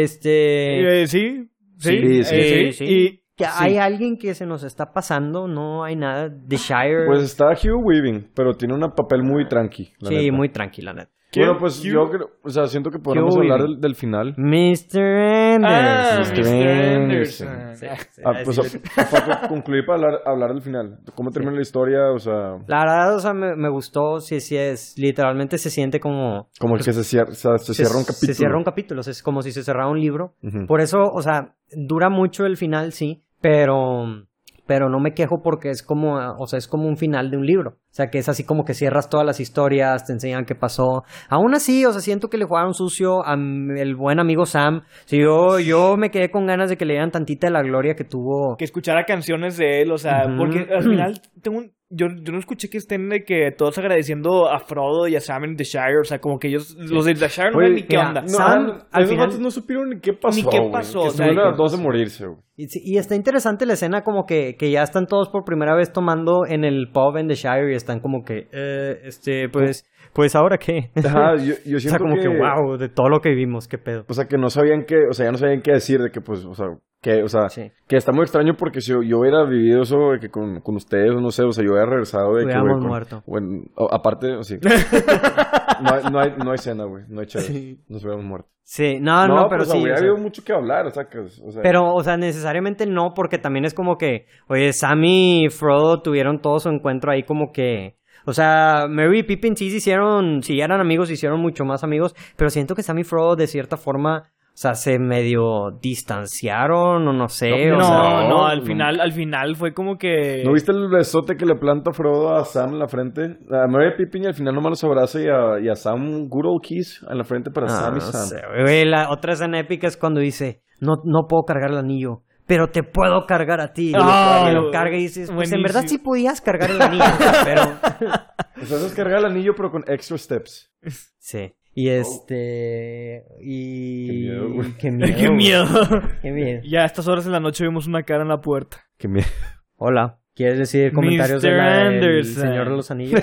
Speaker 1: este...
Speaker 3: Eh, sí, sí,
Speaker 2: Sí, sí,
Speaker 3: eh,
Speaker 1: sí.
Speaker 3: Y
Speaker 1: que
Speaker 3: sí.
Speaker 1: hay alguien que se nos está pasando, no hay nada. The Shire.
Speaker 2: Pues está Hugh Weaving, pero tiene un papel muy tranqui. la
Speaker 1: sí,
Speaker 2: neta.
Speaker 1: muy tranquila, neta.
Speaker 2: Bueno, pues
Speaker 3: Hugh-
Speaker 2: yo creo, o sea, siento que podemos
Speaker 1: Hugh
Speaker 2: hablar
Speaker 1: Weaving. Mm,
Speaker 2: del, del final.
Speaker 1: Mr.
Speaker 3: Ah,
Speaker 1: Anderson.
Speaker 2: Mr.
Speaker 3: Mr.
Speaker 2: Anderson.
Speaker 3: Anderson.
Speaker 1: Sí, sí,
Speaker 2: Ah,
Speaker 1: así
Speaker 2: pues
Speaker 1: lo-
Speaker 2: a- para concluir para hablar, hablar del final. ¿Cómo termina la historia? O sea,
Speaker 1: La verdad, o sea, me, me gustó, sí, sí es, literalmente se siente como...
Speaker 2: como el que se cierra, o sea, se, cierra un capítulo.
Speaker 1: Se cierra un Pues, capítulo, o sea, es como si se cerrara un libro.
Speaker 2: Ujú.
Speaker 1: Por eso, o sea, dura mucho el final, sí, pero pero no me quejo porque es como, ah, o sea, es como un final de un libro. O sea, que es así como que cierras todas las historias, te enseñan qué pasó. Aún así, o sea, siento que le jugaron sucio a m- el buen amigo Sam. Sí, yo, yo me quedé con ganas de que le dieran tantita de la gloria que tuvo.
Speaker 3: que escuchara canciones de él, o sea,
Speaker 1: Ujú.
Speaker 3: porque al final tengo un- yo, yo no escuché que estén de que todos agradeciendo a Frodo y a Sam en The Shire, o sea, como que ellos, los de The Shire no
Speaker 2: Oye,
Speaker 3: saben ni qué
Speaker 1: mira,
Speaker 3: onda.
Speaker 2: No,
Speaker 1: Sam, al
Speaker 2: esos
Speaker 1: final-
Speaker 2: vatos no supieron ni qué pasó.
Speaker 3: Ni qué
Speaker 2: güey,
Speaker 3: pasó,
Speaker 2: que
Speaker 3: o sea,
Speaker 2: estuvieron a
Speaker 3: que-
Speaker 2: dos de morirse, güey.
Speaker 1: Y, sí- y está interesante la escena como que, que ya están todos por primera vez tomando en el pub en The Shire y están como que, eh, este, pues, pues ahora qué.
Speaker 2: Ajá, yo, yo
Speaker 1: o sea,
Speaker 2: siento
Speaker 1: como que, wow, de todo lo que vivimos, qué pedo.
Speaker 2: O sea, que no sabían qué, o sea, ya no sabían qué decir de que, pues, o sea, que, o sea,
Speaker 1: Sí.
Speaker 2: que está muy extraño porque si yo, yo hubiera vivido eso de que con, con ustedes, no sé, o sea, yo hubiera regresado de que,
Speaker 1: Hubiéramos
Speaker 2: güey, con-
Speaker 1: muerto.
Speaker 2: Bueno, o- aparte, o sí. no, hay, no, hay, no hay cena, güey, no hay chévere.
Speaker 1: Sí.
Speaker 2: Nos hubiéramos muerto. pues,
Speaker 1: Sí, no, no, pero
Speaker 2: o sea,
Speaker 1: sí.
Speaker 2: Hubiera
Speaker 1: o sea,
Speaker 2: habido mucho que hablar, o sea, que, o sea,
Speaker 1: pero, o sea, necesariamente no, porque también es como que, oye, Sammy y Frodo tuvieron todo su encuentro ahí como que... O sea, Mary y Pippin sí se hicieron, si eran amigos, se hicieron mucho más amigos, pero siento que Sammy y Frodo de cierta forma, o sea, se medio distanciaron o no sé,
Speaker 2: No,
Speaker 1: o sea,
Speaker 3: no, no, al
Speaker 2: no.
Speaker 3: final, al final fue como que...
Speaker 1: eh,
Speaker 2: ¿No viste el besote que le planta Frodo a Sam en la frente? Ah, A Mary Pippin y al final nomás los abraza y a, y a Sam un good old kiss en la frente para
Speaker 1: Ah,
Speaker 2: Sam y
Speaker 1: no
Speaker 2: Sam.
Speaker 1: sé, güey, la otra escena épica es cuando dice, no, no puedo cargar el anillo, pero te puedo cargar a ti. Y lo
Speaker 3: Ah,
Speaker 1: carga, y lo
Speaker 3: güey.
Speaker 1: carga y dices, pues en
Speaker 3: Buenísimo.
Speaker 1: verdad sí podías cargar el anillo, pero...
Speaker 2: O sea, eso es cargar el anillo pero con extra steps.
Speaker 1: Sí. Y este... Y...
Speaker 2: Qué miedo, güey.
Speaker 1: Qué miedo.
Speaker 3: ¡Qué
Speaker 1: güey.
Speaker 3: miedo!
Speaker 1: Qué miedo.
Speaker 3: ya a estas horas de la noche vimos una cara en la puerta.
Speaker 2: Que me...
Speaker 1: Hola. ¿Quieres decir comentarios
Speaker 3: Mr.
Speaker 1: de la del
Speaker 3: Anderson.
Speaker 1: Señor de los Anillos?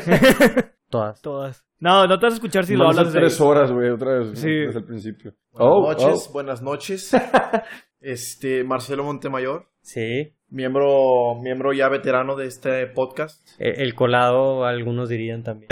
Speaker 1: Todas.
Speaker 3: Todas. No, no te vas a escuchar si lo
Speaker 2: Vamos a
Speaker 3: hablas de...
Speaker 2: tres horas, güey, otra vez.
Speaker 3: Sí.
Speaker 2: Desde el principio.
Speaker 4: Buenas
Speaker 2: Oh,
Speaker 4: noches, buenas noches. Este, Marcelo Montemayor,
Speaker 1: Sí. E,
Speaker 4: miembro, miembro ya veterano de este podcast.
Speaker 1: El, el colado, algunos dirían también.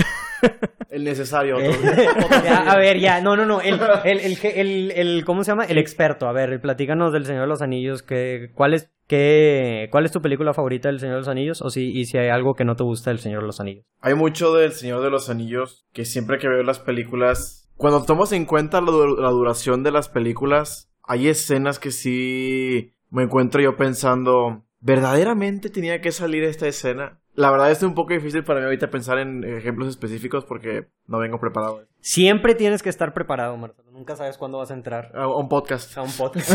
Speaker 4: El necesario.
Speaker 1: Eh,
Speaker 4: otro-
Speaker 1: ya, a ver, ya, no, no, no. El, el, el, que- el- el- ¿cómo se llama? El experto. A ver, platícanos del Señor de los Anillos. Que, ¿cuál, es, qué- ¿Cuál es tu película favorita del Señor de los Anillos? O si, y si hay algo que no te gusta del Señor de los Anillos.
Speaker 4: Hay mucho del Señor de los Anillos que siempre que veo las películas, cuando tomamos en cuenta la, du- la duración de las películas, hay escenas que sí me encuentro yo pensando, ¿verdaderamente tenía que salir esta escena? La verdad es un poco difícil para mí ahorita pensar en ejemplos específicos porque no vengo preparado
Speaker 1: Siempre tienes que estar preparado, Marcelo. Nunca sabes cuándo vas a entrar
Speaker 4: a a un podcast.
Speaker 1: a un podcast.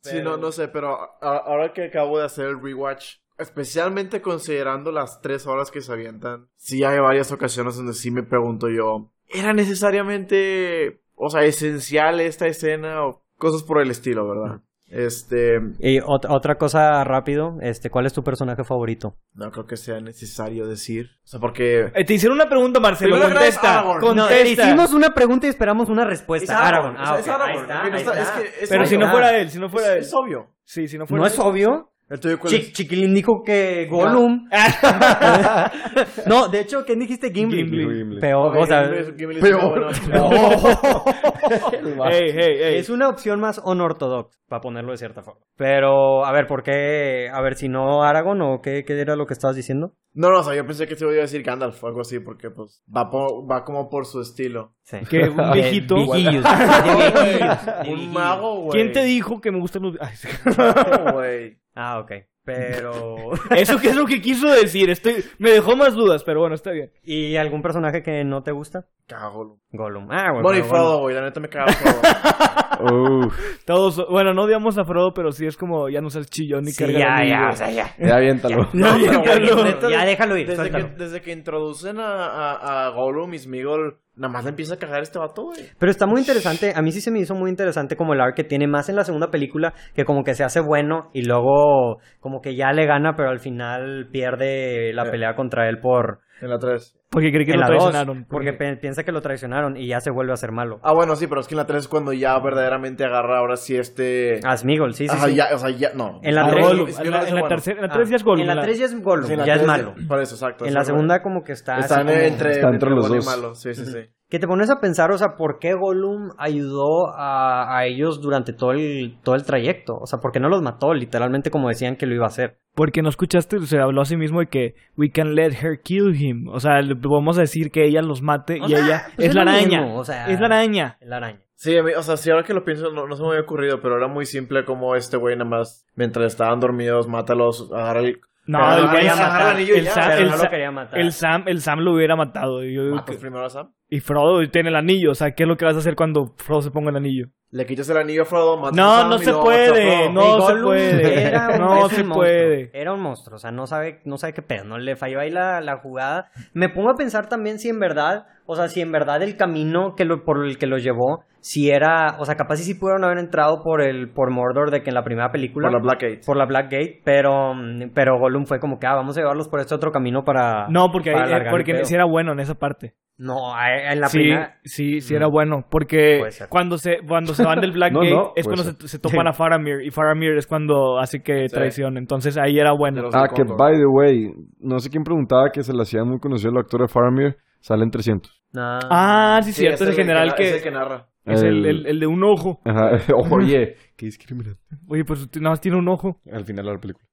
Speaker 4: Sí, no, no sé, pero a- a- ahora que acabo de hacer el rewatch, especialmente considerando las tres horas que se avientan, sí hay varias ocasiones donde sí me pregunto yo, ¿era necesariamente, o sea, esencial esta escena o cosas por el estilo, verdad? Este,
Speaker 1: Y ot- otra cosa rápido, este, ¿cuál es tu personaje favorito?
Speaker 4: no creo que sea necesario decir, o sea, porque...
Speaker 3: Eh, te hicieron una pregunta, Marcelo.
Speaker 4: Primero gracias,
Speaker 3: Contesta.
Speaker 4: Aragorn.
Speaker 1: No,
Speaker 3: Contesta.
Speaker 1: te hicimos una pregunta y esperamos una respuesta. Aragorn.
Speaker 4: o sea,
Speaker 1: Ah,
Speaker 4: es
Speaker 1: ok, ahí
Speaker 4: Aragorn,
Speaker 1: está,
Speaker 4: porque no
Speaker 1: ahí
Speaker 4: está-
Speaker 1: está.
Speaker 4: es que es
Speaker 3: Pero si no
Speaker 4: obvio.
Speaker 3: fuera él, si no
Speaker 4: Ah. Es,
Speaker 3: fuera él.
Speaker 4: es obvio.
Speaker 3: Sí, si no fuera
Speaker 1: ¿No es obvio?
Speaker 4: ¿El Pues tuyo cuál
Speaker 1: Chi-
Speaker 4: es?
Speaker 1: Chiquilín dijo que Gollum. no, de hecho, ¿quién dijiste? Gimli.
Speaker 3: Gimli.
Speaker 1: Peor, o sea,
Speaker 4: Gimli- Gimli es
Speaker 2: peor.
Speaker 4: bueno.
Speaker 2: oh.
Speaker 1: el vato.
Speaker 3: Ey, ey, ey.
Speaker 1: es una opción más unortodoxa, para ponerlo de cierta forma. Pero, a ver, ¿por qué? A ver, si no Aragón o qué, qué era lo que estabas diciendo.
Speaker 4: No, no, o sea, yo pensé que te iba a decir Gandalf o algo así, porque pues va, po- va como por su estilo.
Speaker 1: Sí.
Speaker 3: Que un
Speaker 1: De
Speaker 3: viejito.
Speaker 1: viejillos, de viejillos, de
Speaker 4: Un
Speaker 1: viejillos.
Speaker 4: mago, güey.
Speaker 3: ¿Quién te dijo que me gustan los.? Ay, sí.
Speaker 4: No, güey.
Speaker 1: Ah, ok. Pero.
Speaker 3: Eso que es lo que quiso decir. Estoy... Me dejó más dudas, pero bueno, está bien.
Speaker 1: ¿Y algún personaje que no te gusta?
Speaker 4: Cago.
Speaker 1: Gollum. Ah, bueno.
Speaker 4: Bueno, y
Speaker 1: pero Gollum.
Speaker 4: Frodo, güey, la neta me caga Frodo.
Speaker 2: Uf,
Speaker 3: Todos, bueno, no odiamos a Frodo, pero sí es como ya no seas chillón ni
Speaker 1: Sí,
Speaker 3: carga
Speaker 1: ya,
Speaker 3: de
Speaker 1: ya,
Speaker 3: amigos.
Speaker 1: o sea, ya.
Speaker 2: ya aviéntalo.
Speaker 1: No,
Speaker 4: Ya,
Speaker 1: ya,
Speaker 4: güey,
Speaker 1: déjalo,
Speaker 4: neta,
Speaker 1: ya, déjalo ir,
Speaker 4: Desde que,
Speaker 1: suéltalo.
Speaker 4: desde que introducen a, a, a Gollum y Sméagol, nada más le empieza a cagar este vato, güey.
Speaker 1: Pero está muy interesante, a mí sí se me hizo muy interesante como el arc que tiene más en la segunda película, que como que se hace bueno y luego como que ya le gana, pero al final pierde la
Speaker 4: Eh.
Speaker 1: pelea contra él por
Speaker 4: En la 3.
Speaker 3: Porque creí que
Speaker 1: en
Speaker 3: lo
Speaker 1: la dos,
Speaker 3: traicionaron.
Speaker 1: porque pe- piensa que lo traicionaron y ya se vuelve a ser malo.
Speaker 4: Ah, bueno, sí, pero es que en la 3 es cuando ya verdaderamente agarra ahora sí este...
Speaker 1: A Smigol, Ah, sí, sí.
Speaker 4: Ajá,
Speaker 1: sí.
Speaker 4: ya, o sea, ya, no.
Speaker 1: En la
Speaker 3: A
Speaker 4: Ah,
Speaker 1: tres-
Speaker 3: Gollum.
Speaker 4: es
Speaker 3: En
Speaker 4: Sméagol
Speaker 3: la-
Speaker 4: es
Speaker 3: en la
Speaker 4: bueno.
Speaker 3: tercera- en la
Speaker 1: Ah,
Speaker 3: tres ya es Gollum.
Speaker 1: En la 3 ya es Gollum,
Speaker 4: Sí, en la
Speaker 1: ya es
Speaker 4: tres
Speaker 1: malo.
Speaker 4: Por eso, exacto.
Speaker 1: En
Speaker 4: es
Speaker 1: la
Speaker 4: el
Speaker 1: segunda ah, como que está...
Speaker 4: malo.
Speaker 1: así
Speaker 4: Están
Speaker 1: como-
Speaker 4: entre,
Speaker 2: Está entre los
Speaker 4: bueno y
Speaker 2: dos.
Speaker 4: malo. Sí, sí, sí.
Speaker 1: Que te pones a pensar, o sea, ¿por qué Gollum ayudó a, a ellos durante todo el, todo el trayecto? O sea, ¿por qué no los mató literalmente como decían que lo iba a hacer?
Speaker 3: Porque no escuchaste, se habló a sí mismo de que we can let her kill him. O sea, le vamos a decir que ella los mate
Speaker 1: O
Speaker 3: y
Speaker 1: sea,
Speaker 3: ella
Speaker 1: pues
Speaker 3: es,
Speaker 1: es
Speaker 3: la
Speaker 1: lo
Speaker 3: araña.
Speaker 1: mismo, o sea-
Speaker 3: es la araña.
Speaker 1: El araña.
Speaker 4: Sí, a mí- o sea, sí, ahora que lo pienso, no, no se me había ocurrido, pero era muy simple como este güey nada más, mientras estaban dormidos, mátalos, agarra el...
Speaker 3: No,
Speaker 4: Pero
Speaker 3: el
Speaker 4: no
Speaker 3: güey
Speaker 4: quería
Speaker 3: el
Speaker 4: matar al
Speaker 3: Sam,
Speaker 4: anillo y
Speaker 3: el
Speaker 4: ya,
Speaker 3: Sam,
Speaker 4: pero
Speaker 3: el
Speaker 1: no
Speaker 3: Sam-
Speaker 1: lo quería matar.
Speaker 3: el Sam, el Sam lo hubiera matado. Y, yo digo
Speaker 4: Matas
Speaker 3: que-
Speaker 4: primero a Sam.
Speaker 3: y Frodo tiene el anillo. O sea, ¿qué es lo que vas a hacer cuando Frodo se ponga el anillo?
Speaker 4: Le quitas el anillo a Frodo, matas a
Speaker 3: No,
Speaker 4: Sam
Speaker 3: no
Speaker 4: y
Speaker 3: se
Speaker 4: luego matas a
Speaker 3: puede.
Speaker 4: Frodo.
Speaker 1: Y
Speaker 3: No se
Speaker 1: Gollum era un-
Speaker 3: puede.
Speaker 1: es
Speaker 3: No
Speaker 1: un
Speaker 3: se
Speaker 1: monstruo.
Speaker 3: puede.
Speaker 1: Era un monstruo, o sea, no sabe, no sabe qué pedo, no le falló ahí la, la jugada. Me pongo a pensar también si en verdad, o sea, si en verdad el camino que lo, por el que lo llevó, si era, o sea, capaz sí, sí pudieron haber entrado por el, por Mordor de que en la primera película.
Speaker 4: Por la Blackgate.
Speaker 1: por la Black Gate, pero, mm, pero Gollum fue como que, ah, vamos a llevarlos por este otro camino para...
Speaker 3: No, porque,
Speaker 1: para
Speaker 3: ahí- eh,
Speaker 1: alargar el
Speaker 3: porque
Speaker 1: pedo.
Speaker 3: si era bueno en esa parte.
Speaker 1: No, a- en la
Speaker 3: sí,
Speaker 1: primera...
Speaker 3: sí, sí
Speaker 1: Mm.
Speaker 3: era bueno. Porque
Speaker 1: Puede ser.
Speaker 3: cuando se, cuando se van del Black
Speaker 2: No,
Speaker 3: Gate
Speaker 2: no,
Speaker 3: es
Speaker 2: puede
Speaker 3: cuando se, se topan a Faramir. Y Faramir es cuando hace que
Speaker 4: Sí.
Speaker 3: traición. Entonces ahí era
Speaker 4: De
Speaker 3: bueno.
Speaker 4: los
Speaker 2: Ah,
Speaker 4: de
Speaker 2: que
Speaker 4: Gondor.
Speaker 2: by the way, no sé quién preguntaba que se le hacía muy conocido el actor de Faramir, salen 300.
Speaker 1: No.
Speaker 3: Ah, sí, cierto. Es
Speaker 4: el
Speaker 3: el general
Speaker 4: Es
Speaker 3: que.
Speaker 4: el que narra.
Speaker 3: Es el, el- el de un ojo.
Speaker 2: Ajá, oye, qué discriminante.
Speaker 3: Oye, pues nada más tiene un ojo.
Speaker 2: Al final de la película.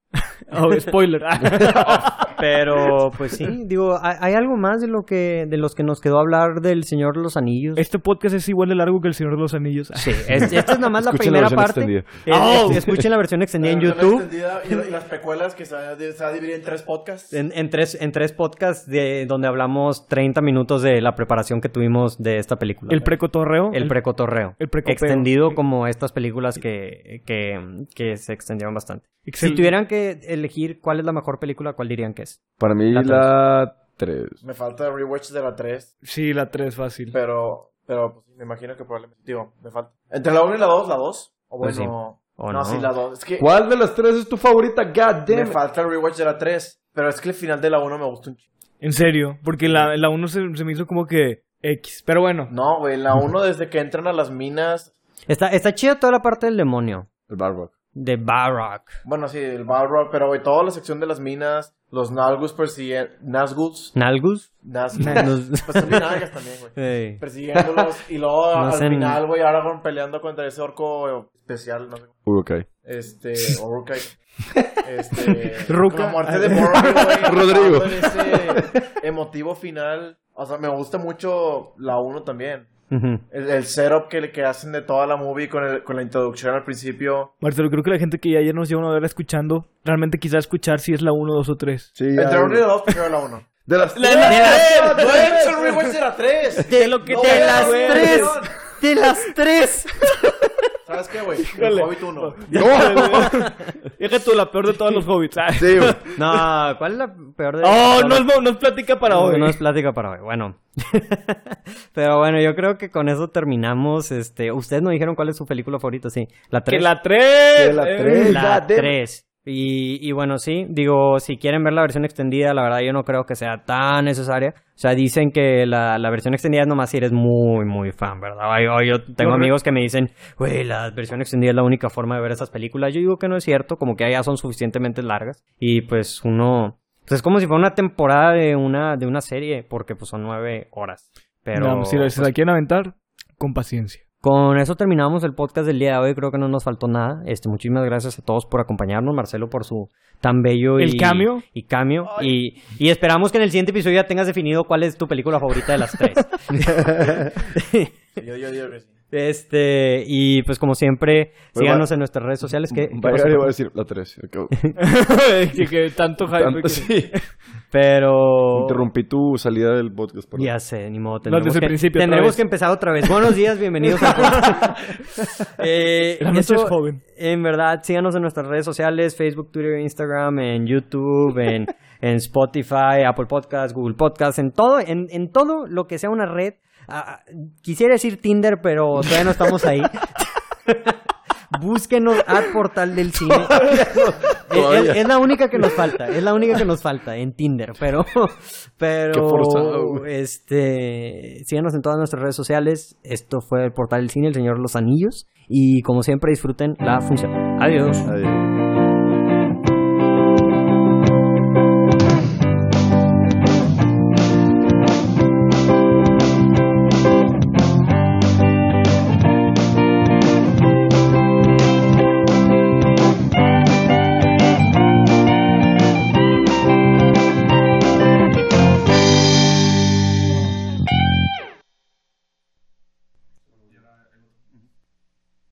Speaker 3: Oh, spoiler.
Speaker 1: Pero, pues sí, digo, ¿hay hay algo más de lo que de los que nos quedó hablar del Señor de los Anillos?
Speaker 3: este podcast es igual de largo que El Señor de los Anillos.
Speaker 1: Sí, es- esta es nada más la
Speaker 2: Escuchen
Speaker 1: primera
Speaker 2: versión
Speaker 1: parte.
Speaker 2: extendida.
Speaker 1: Es-
Speaker 3: Oh.
Speaker 1: es- escuchen la versión extendida en
Speaker 4: La versión
Speaker 1: YouTube.
Speaker 4: extendida Y, y las precuelas que se va, a- se va a dividir en tres podcasts.
Speaker 1: En, en tres, en tres podcasts de, donde hablamos 30 minutos de la preparación que tuvimos de esta película.
Speaker 3: El precotorreo.
Speaker 1: El precotorreo.
Speaker 3: el precopeo.
Speaker 1: Extendido como estas películas que, que, que se extendieron bastante.
Speaker 3: Excel-
Speaker 1: Si tuvieran que elegir cuál es la mejor película, ¿cuál dirían que es?
Speaker 2: Para mí
Speaker 1: La
Speaker 2: la 3.
Speaker 4: Me falta rewatch de la 3,
Speaker 3: Sí, la 3 fácil.
Speaker 4: pero, pero pues, me imagino que probablemente, digo, me falta. Entre la 1 y la 2, la 2. O bueno,
Speaker 1: Pues sí. O
Speaker 4: no,
Speaker 1: no.
Speaker 4: sí, la 2. Es que
Speaker 2: ¿Cuál de las tres es tu favorita? God
Speaker 4: me
Speaker 2: damn it.
Speaker 4: falta el rewatch de la 3, pero es que el final de la 1 me gustó un chingo.
Speaker 3: En serio, porque la, la 1 se, se me hizo como que X. Pero bueno,
Speaker 4: No, güey, la 1 desde que entran a las minas.
Speaker 1: Está, está chida toda la parte del demonio.
Speaker 2: El Barbuck.
Speaker 1: De Barak.
Speaker 4: Bueno, sí, el Balrog, pero güey, toda la sección de las minas, los Nalgus persiguiendo. Nazguls.
Speaker 1: ¿Nalgus?
Speaker 4: Nazguls. pues son binalgas también, güey.
Speaker 1: Ey.
Speaker 4: persiguiéndolos y luego
Speaker 1: No
Speaker 4: al
Speaker 1: hacen-
Speaker 4: final, güey, Aragorn peleando contra ese orco eh, especial, no sé, cómo-
Speaker 2: Urukai.
Speaker 4: este, Oruka, este,
Speaker 3: Ruca.
Speaker 4: con la muerte de Boromir, güey,
Speaker 2: Rodrigo.
Speaker 4: acabando en ese emotivo final, o sea, me gusta mucho la 1 también.
Speaker 1: Ujú.
Speaker 4: El, el setup que, le- que hacen de toda la movie con, el- con la introducción al principio.
Speaker 3: Marcelo, creo que la gente que ya ayer nos lleva una hora escuchando, realmente quizá escuchar si es la 1, 2 o 3.
Speaker 2: Sí,
Speaker 4: Entre
Speaker 2: ya-
Speaker 4: la 1 y la 2, primero la 1.
Speaker 2: De las
Speaker 3: La-
Speaker 2: tres.
Speaker 3: la-
Speaker 4: ¡Eh! ¡No he hecho el rewatch de la 3!
Speaker 3: De lo que
Speaker 4: No,
Speaker 1: ¡De
Speaker 4: güey,
Speaker 1: las
Speaker 4: güey,
Speaker 1: tres!
Speaker 4: perdón.
Speaker 1: ¡De las tres!
Speaker 4: ¿Sabes qué, güey? El
Speaker 3: Híjole.
Speaker 4: Hobbit 1.
Speaker 3: Deja tú la peor de todos los hobbits. ah.
Speaker 2: Sí, güey.
Speaker 1: No, ¿cuál es la peor de
Speaker 3: Oh,
Speaker 1: todas
Speaker 3: no
Speaker 1: las-
Speaker 3: es, mo- no es plática para hoy.
Speaker 1: No es plática para hoy, bueno. Pero bueno, yo creo que con eso terminamos. Este, ustedes no dijeron cuál es su película favorita, sí. La
Speaker 3: que
Speaker 1: 3.
Speaker 3: la 3.
Speaker 2: Que la tres.
Speaker 1: La 3. Y, y bueno, sí, digo, si quieren ver la versión extendida, la verdad yo no creo que sea tan necesaria. O sea, dicen que la, la versión extendida es nomás si eres muy, muy fan, ¿verdad? Ay, ay, Yo, tengo
Speaker 3: Yo re-
Speaker 1: amigos que me dicen, güey, la versión extendida es la única forma de ver esas películas. Yo digo que no es cierto, como que ya son suficientemente largas. Y pues uno... Pues es como si fuera una temporada de una, de una serie, porque pues son nueve horas. Pero... pues
Speaker 3: No, pues, si la, si la quieren aventar, con paciencia.
Speaker 1: Con eso terminamos el podcast del día de hoy. Creo que no nos faltó nada. Este, muchísimas gracias a todos por acompañarnos, Marcelo, por su tan bello y,
Speaker 3: El cambio.
Speaker 1: y cambio. Y, y esperamos que en el siguiente episodio ya tengas definido cuál es tu película favorita de las tres.
Speaker 4: Yo, yo digo que sí.
Speaker 1: este, y pues como siempre,
Speaker 2: Bueno,
Speaker 1: síganos en nuestras redes sociales. Que, que por
Speaker 2: Vaya, le voy a
Speaker 1: supuesto-
Speaker 2: decir la 3.
Speaker 3: que, que tanto hype que-
Speaker 1: pero
Speaker 2: Interrumpí tu salida del podcast. perdón.
Speaker 1: Ya sé, ni modo.
Speaker 3: No,
Speaker 1: Tendremos,
Speaker 3: desde el
Speaker 1: que,
Speaker 3: principio, otra
Speaker 1: tendremos
Speaker 3: vez.
Speaker 1: que empezar otra vez. Buenos días, bienvenidos a podcast. eh,
Speaker 3: La noche
Speaker 1: eso-
Speaker 3: es joven.
Speaker 1: En verdad, síganos en nuestras redes sociales, Facebook, Twitter, Instagram, en YouTube, en, en Spotify, Apple Podcasts, Google Podcasts, en todo, en, en todo lo que sea una red. Ah, ah, quisiera decir Tinder, pero todavía no estamos ahí. Búsquenos a Portal del Cine. Es- es,
Speaker 2: todavía.
Speaker 1: es la única que nos falta, es la única que nos falta en Tinder, pero, pero
Speaker 2: Qué forzado, güey.
Speaker 1: este, síganos en todas nuestras redes sociales. Esto fue el Portal del Cine, el Señor de los Anillos y como siempre disfruten la función. Adiós.
Speaker 2: Adiós.